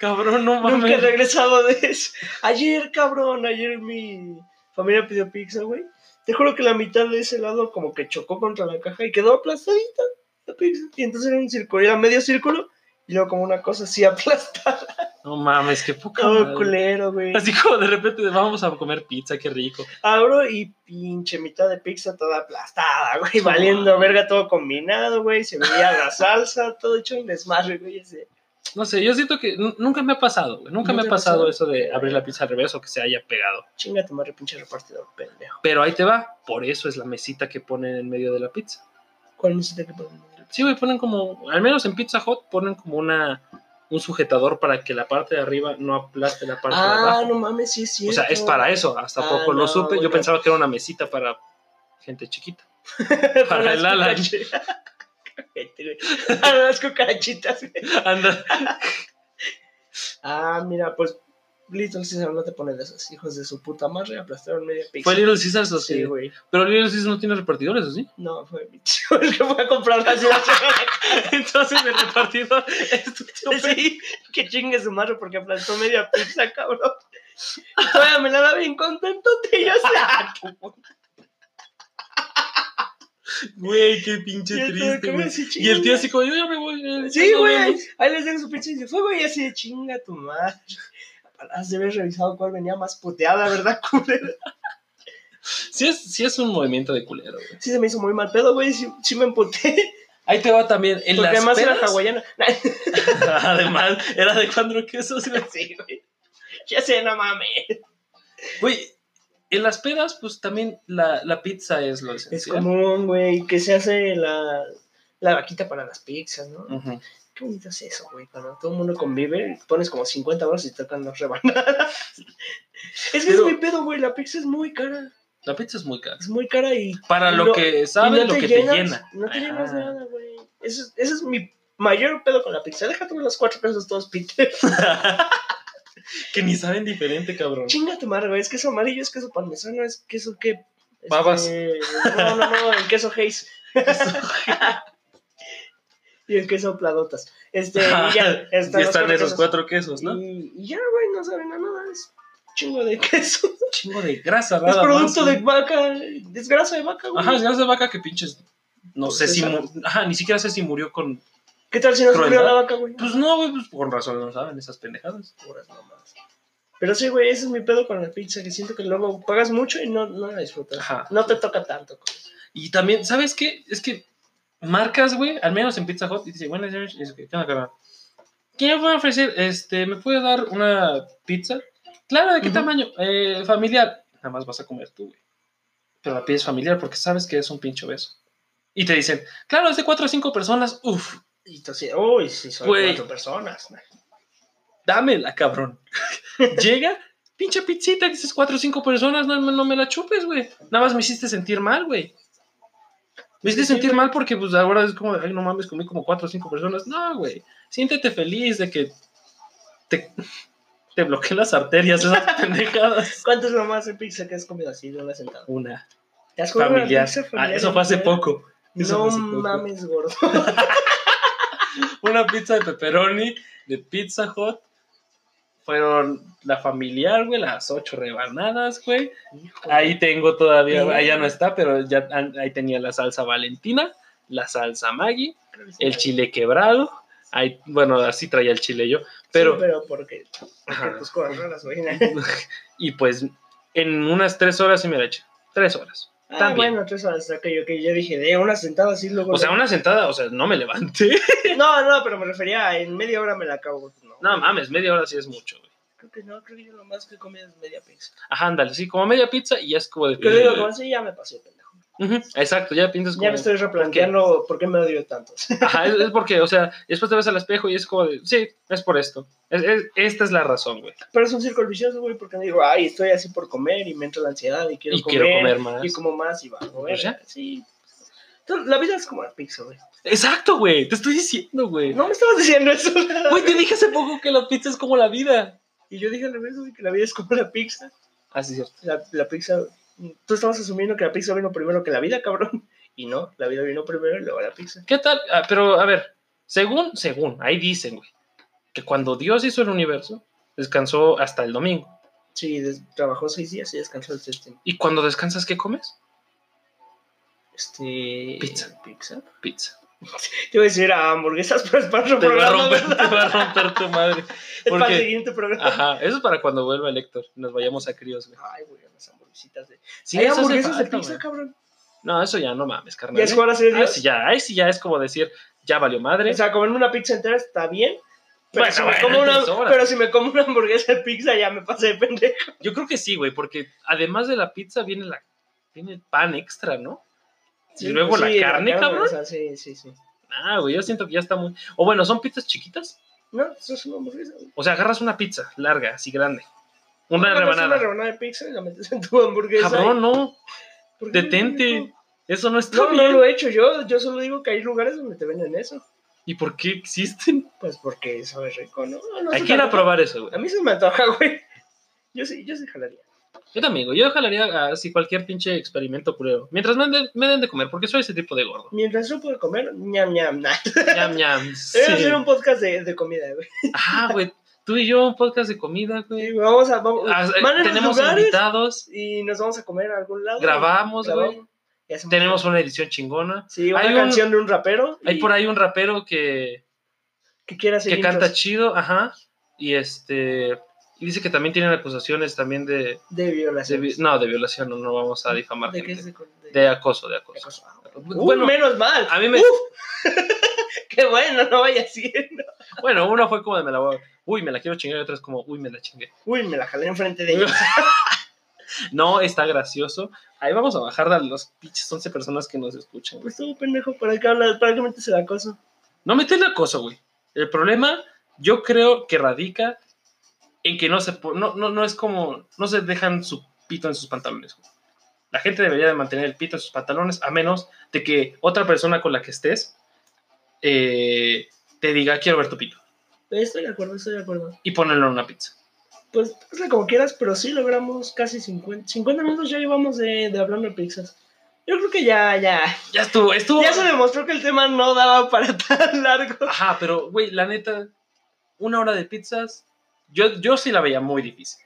A: Cabrón, no
C: Nunca he
A: mames.
C: regresado de eso. Ayer, cabrón, ayer mi familia pidió pizza, güey. Te juro que la mitad de ese lado como que chocó contra la caja y quedó aplastadita la pizza. Y entonces era un círculo, era medio círculo y luego como una cosa así aplastada.
A: No mames, qué poca
C: Todo
A: madre.
C: culero, güey.
A: Así como de repente vamos a comer pizza, qué rico.
C: Abro y pinche mitad de pizza toda aplastada, güey. Valiendo verga todo combinado, güey. Se veía la salsa, todo hecho un desmadre, güey. ese.
A: No sé, yo siento que nu- nunca me ha pasado, güey. Nunca
C: ¿No
A: me
C: te
A: ha
C: ha
A: pasado
C: pasado?
A: eso de abrir la pizza al revés o que se haya pegado.
C: Chinga tu madre, pinche repartidor, pendejo.
A: Pero ahí te va. Por eso es la mesita que ponen en medio de la pizza.
C: ¿Cuál necesita que poner?
A: Sí, güey, ponen como, al menos en Pizza Hut ponen como una un sujetador para que la parte de arriba no aplaste la parte de
C: Ah,
A: abajo.
C: no mames, sí es cierto.
A: o sea, es para eso, hasta
C: Ah,
A: poco lo
C: no,
A: supe. Yo
C: bueno.
A: pensaba que era una mesita para gente chiquita. para
C: las
A: el Alan.
C: cucarachitas. Cállate, güey. Para las cucarachitas, güey.
A: Anda.
C: Ah, mira, pues Little César no te pone de esos hijos de su puta madre. Aplastaron media pizza.
A: Fue Little Caesars los
C: Sí,
A: que-
C: güey.
A: Pero Little Caesars no tiene repartidores, ¿o sí?
C: No, fue mi tío el que fue a comprar las
A: Entonces el repartidor es tu tío Pe-
C: Sí, que chingue su madre porque aplastó media pizza, cabrón. Y Todavía me la da bien contento, tío. O
A: Ah,
C: sea, tu puta,
A: Güey, qué pinche
C: yo estaba
A: triste,
C: como
A: güey.
C: así,
A: Y el tío
C: chinga.
A: así como, yo ya me voy. ya-
C: Sí,
A: ya nos
C: güey.
A: vemos.
C: Ahí les dejo su pinche de fuego y así de chinga tu madre. Has de haber revisado cuál venía más puteada, ¿verdad, culero?
A: Sí es, sí es un movimiento de culero, güey.
C: Sí se me hizo muy mal pedo, güey. Sí, sí me emputé.
A: Ahí te va también. En
C: Porque
A: las
C: además era
A: pedas-
C: hawaiana.
A: Además, era de cuatro quesos, güey.
C: sí, güey. Ya sé, no mames.
A: Güey, en las pedas, pues también la, la pizza es lo esencial.
C: Es común, güey, que se hace la, la vaquita para las pizzas, ¿no?
A: Ujú.
C: Qué bonito es eso, güey. Cuando todo el mundo convive, pones como 50 horas y tocan las rebanadas. Es que
A: Pero-
C: es muy pedo, güey. La pizza es muy cara.
A: La pizza es muy cara.
C: Es muy cara y
A: Para
C: Y
A: lo,
C: no-
A: que
C: Y
A: sabes,
C: no
A: lo que te
C: llenas,
A: llena.
C: No te llenas
A: Ajá.
C: nada, güey. Ese es, ese es mi mayor pedo con la pizza. Déjate los cuatro pesos todos, Peter.
A: que ni saben diferente, cabrón.
C: Chinga tu madre, güey. Es queso amarillo, es queso parmesano, es queso que. este,
A: Babas.
C: No, no, no, el queso Hayes. y el queso pladotas. Este, y ya.
A: Y
C: están los
A: están
C: cuatro
A: esos
C: quesos.
A: cuatro quesos, ¿no?
C: Y, y ya, güey, no saben a nada. Es chingo de queso.
A: Un chingo de grasa,
C: es
A: nada
C: producto
A: más,
C: de
A: güey.
C: vaca. Es grasa de vaca, güey.
A: Ajá, es grasa de vaca que pinches. No
C: Pues
A: sé si.
C: esa-
A: mu- Ajá, ni siquiera sé si murió con.
C: ¿Qué tal si no sufrió
A: Crueldad.
C: la vaca, güey?
A: Pues no, güey, pues con razón no saben esas pendejadas.
C: puras mamadas. Pero sí, güey, ese es mi pedo con la pizza, que siento que luego pagas mucho y no, no la disfrutas.
A: Ajá.
C: No te toca tanto. güey.
A: Y también, ¿sabes qué? Es que marcas, güey, al menos en Pizza Hut, y dice, buenas noches, es que, ¿qué onda, carnal? ¿Qué me puede ofrecer? Este, ¿me puede dar una pizza? Claro, ¿de qué
C: Ujú.
A: tamaño? Eh, familiar. Nada más vas a comer tú, güey. Pero la pides familiar porque sabes que es un pinche beso. Y te dicen, claro, es de cuatro o cinco personas, uff,
C: Y tú así, uy, sí, son
A: Güey.
C: cuatro personas.
A: dámela, cabrón. Llega, pinche pizzita, dices cuatro o cinco personas, no, no me la chupes, güey. Nada más me hiciste sentir mal, güey. Me hiciste
C: Sí,
A: sentir mal porque, pues, ahora es como, ay, no mames, comí como cuatro o cinco personas. No, güey. Siéntete feliz de que te, te bloqueé las arterias, esas pendejadas.
C: ¿Cuánto es lo más de pizza que has comido así de una sentada?
A: Una
C: ¿Te has comido una
A: familiar.
C: pizza
A: Ah,
C: familiar
A: eso fue hace
C: entera?
A: poco. Eso
C: No
A: fue hace poco.
C: mames, gordo.
A: Una pizza de pepperoni, de Pizza Hot. Fueron la familiar, güey, las ocho rebanadas, güey.
C: Hijo
A: Ahí tengo todavía,
C: Pues Sí.
A: ahí ya no está, pero ya an- ahí tenía la salsa valentina, la salsa Maggi,
C: de-
A: el chile quebrado. Ahí, bueno, así traía el chile yo,
C: Sí,
A: pero
C: pero porque, porque
A: Ajá.
C: tus cosas raras, güey.
A: y pues en unas tres horas se me la eché. Tres horas.
C: Ah,
A: También.
C: bueno, tres horas, ok, ok. Yo dije, de una sentada así luego.
A: O sea, una sentada, o sea, no me levanté.
C: No, no, pero me refería a en media hora me la acabo. No,
A: No mames, media hora sí es mucho, güey.
C: Creo que no, creo que yo lo más que he comido es media pizza.
A: Ajá, ándale, sí, como media pizza y ya es como de.
C: Que digo, como así ya me pasó, pendejo.
A: Ujú, exacto, ya piensas como.
C: Ya me estoy replanteando por qué me odio tanto.
A: Ajá, es, es porque, o sea, después te ves al espejo y es como de, sí, es por esto. Es- es- esta es la razón, güey.
C: Pero es un círculo vicioso, güey, porque digo, ay, estoy así por comer y me entra la ansiedad y quiero
A: Y
C: comer.
A: quiero comer más.
C: Y como más y va a comer.
A: Pues ya.
C: Sí. Entonces, la vida es como la pizza, güey.
A: Exacto, güey. Te estoy diciendo, güey.
C: No me estabas diciendo eso.
A: Güey, te dije hace poco que la pizza es como la vida.
C: Y yo dije al revés, güey, que la vida es como la pizza.
A: Así es Ah, cierto.
C: La, la pizza. Tú estabas asumiendo que la pizza vino primero que la vida, cabrón. Y no, la vida vino primero y luego la pizza.
A: ¿Qué tal? Ah, pero, a ver, según, según, ahí dicen, güey, que cuando Dios hizo el universo, descansó hasta el domingo.
C: Sí, des- trabajó seis días y descansó el séptimo.
A: ¿Y cuando descansas, qué comes?
C: Este.
A: Pizza.
C: Pizza.
A: Pizza.
C: Te iba a decir a hamburguesas, pero es para otro
A: Te va a
C: programa.
A: romper,
C: ¿verdad?
A: te va a romper tu madre.
C: Es para
A: porque-
C: el siguiente programa.
A: Ajá, eso es para cuando vuelva el Héctor. Nos vayamos a críos, güey.
C: Ay, güey, las hamburguesitas de.
A: Sí,
C: Hay
A: eso hace
C: hamburguesas de
A: falta,
C: pizza,
A: güey.
C: cabrón.
A: No, eso ya no mames, carnal.
C: Ya es jugar a ser
A: Ahí
C: Dios.
A: sí ya, ahí sí ya es como decir, ya valió madre.
C: O sea, comerme una pizza entera está bien. Pero,
A: Bueno,
C: si, me
A: bueno, pues,
C: como
A: tres
C: una,
A: horas.
C: pero si me como una hamburguesa de pizza, ya me pasé de pendejo.
A: Yo creo que sí, güey, porque además de la pizza viene la viene el pan extra, ¿no? Y luego la
C: Sí,
A: carne,
C: o
A: cabrón.
C: sea, sí, sí, sí.
A: Ah, güey, yo siento que ya está muy. O bueno, son pizzas chiquitas.
C: No, eso es una hamburguesa. güey.
A: O sea, agarras una pizza larga, así grande. Una
C: Agarras Una
A: rebanada.
C: rebanada de pizza y la metes en tu hamburguesa.
A: Cabrón, no,
C: ¿Por qué no lo digo?
A: detente. Eso no está
C: No, no
A: bien.
C: lo he hecho yo. Yo solo digo que hay lugares donde te venden eso.
A: ¿Y por qué existen?
C: Pues porque sabe rico, ¿no? No, no
A: Hay
C: se
A: que
C: me
A: ir a
C: antoja.
A: probar eso,
C: A
A: güey.
C: mí se me antoja, güey. Yo sí, yo sí jalaría.
A: Yo también, güey. Yo jalaría así cualquier pinche experimento culero. Mientras me, den- me den de comer, porque soy ese tipo de gordo.
C: Mientras yo puedo comer, ñam, ñam, nah.
A: Ñam, ñam.
C: Debería
A: sí.
C: hacer un podcast de, de comida, güey.
A: Ah, güey. Tú y yo, un podcast de comida, güey.
C: Sí, Vamos a, vamos,
A: Ah, eh,
C: van a los
A: tenemos
C: lugares
A: invitados,
C: y nos vamos a comer a algún lado.
A: grabamos,
C: Grabamos.
A: güey.
C: Y hacemos-
A: Tenemos una edición chingona.
C: Sí, una
A: hay un-
C: canción de un rapero.
A: Hay
C: y-
A: por ahí un rapero que,
C: Que quiera
A: que
C: seguir.
A: canta chido, ajá. Y este. Y dice que también tienen acusaciones también de.
C: De
A: de
C: violación.
A: vi- no, de violación, no, no vamos a difamar.
C: ¿De qué
A: gente.
C: es? De, de-
A: De acoso, de acoso.
C: acoso. Ah,
A: Bu-
C: Uy,
A: Bueno,
C: menos mal.
A: a mí me-
C: qué bueno, no vaya haciendo.
A: bueno, uno fue como de me la voy a- Uy, me la quiero chingar y otra es como, uy, me la chingué.
C: Uy, me la jalé enfrente de ellos.
A: No, está gracioso. Ahí vamos a bajar a los pinches 11 personas que nos escuchan. güey.
C: Pues todo pendejo, ¿para qué hablas? Prácticamente se da acoso.
A: No metes la cosa, güey. El problema, yo creo que radica en que no se po- no, no, no es como. No se dejan su pito en sus pantalones. güey. La gente debería de mantener el pito en sus pantalones, a menos de que otra persona con la que estés eh, te diga quiero ver tu pito.
C: Estoy de acuerdo, estoy de acuerdo.
A: Y ponerlo en una pizza.
C: Pues hazla como quieras, pero sí logramos casi 50, 50 minutos ya llevamos de, de hablando de pizzas. Yo creo que ya, ya.
A: Ya estuvo, estuvo.
C: Ya se demostró que el tema no daba para tan largo.
A: Ajá, pero güey, la neta, una hora de pizzas, yo, yo sí la veía muy difícil.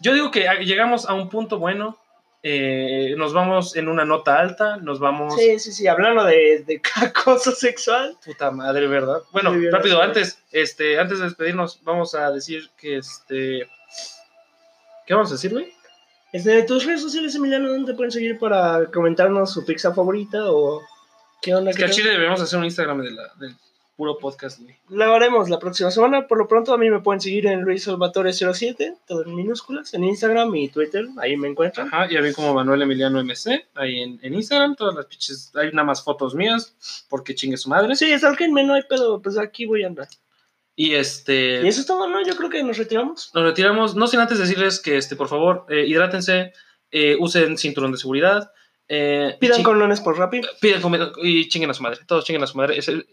A: Yo digo que ah, llegamos a un punto bueno, eh, nos vamos en una nota alta, nos vamos...
C: Sí, sí, sí, hablando de, de acoso sexual.
A: Puta madre, ¿verdad? Bueno,
C: Muy bien,
A: rápido,
C: gracias.
A: antes, este, antes de despedirnos, vamos a decir que este... ¿Qué vamos a decir, güey?
C: Este, tus redes sociales, Emiliano, ¿dónde te pueden seguir para comentarnos su pizza favorita o qué onda?
A: Es que
C: qué
A: al
C: tal?
A: chile debemos hacer un Instagram de la- del puro podcast, güey.
C: Lo haremos la próxima semana. Por lo pronto, a mí me pueden seguir en Luis Salvatore07, todo en minúsculas, en Instagram y Twitter. Ahí me encuentran.
A: Ajá, y a mí como Manuel Emiliano MC, ahí en, en Instagram, todas las pinches, hay nada más fotos mías, porque chingue su madre.
C: Sí, sálquenme, no hay pedo, pues aquí voy a andar.
A: Y este...
C: Y eso es todo, ¿no? Yo creo que nos retiramos.
A: nos retiramos. No sin antes decirles que, este, por favor, eh, hidrátense, eh, usen cinturón de seguridad. eh,
C: Pidan
A: chi-
C: colones por Rappi.
A: pidan comida y chinguen a su madre. Todos chinguen a su madre. Es el-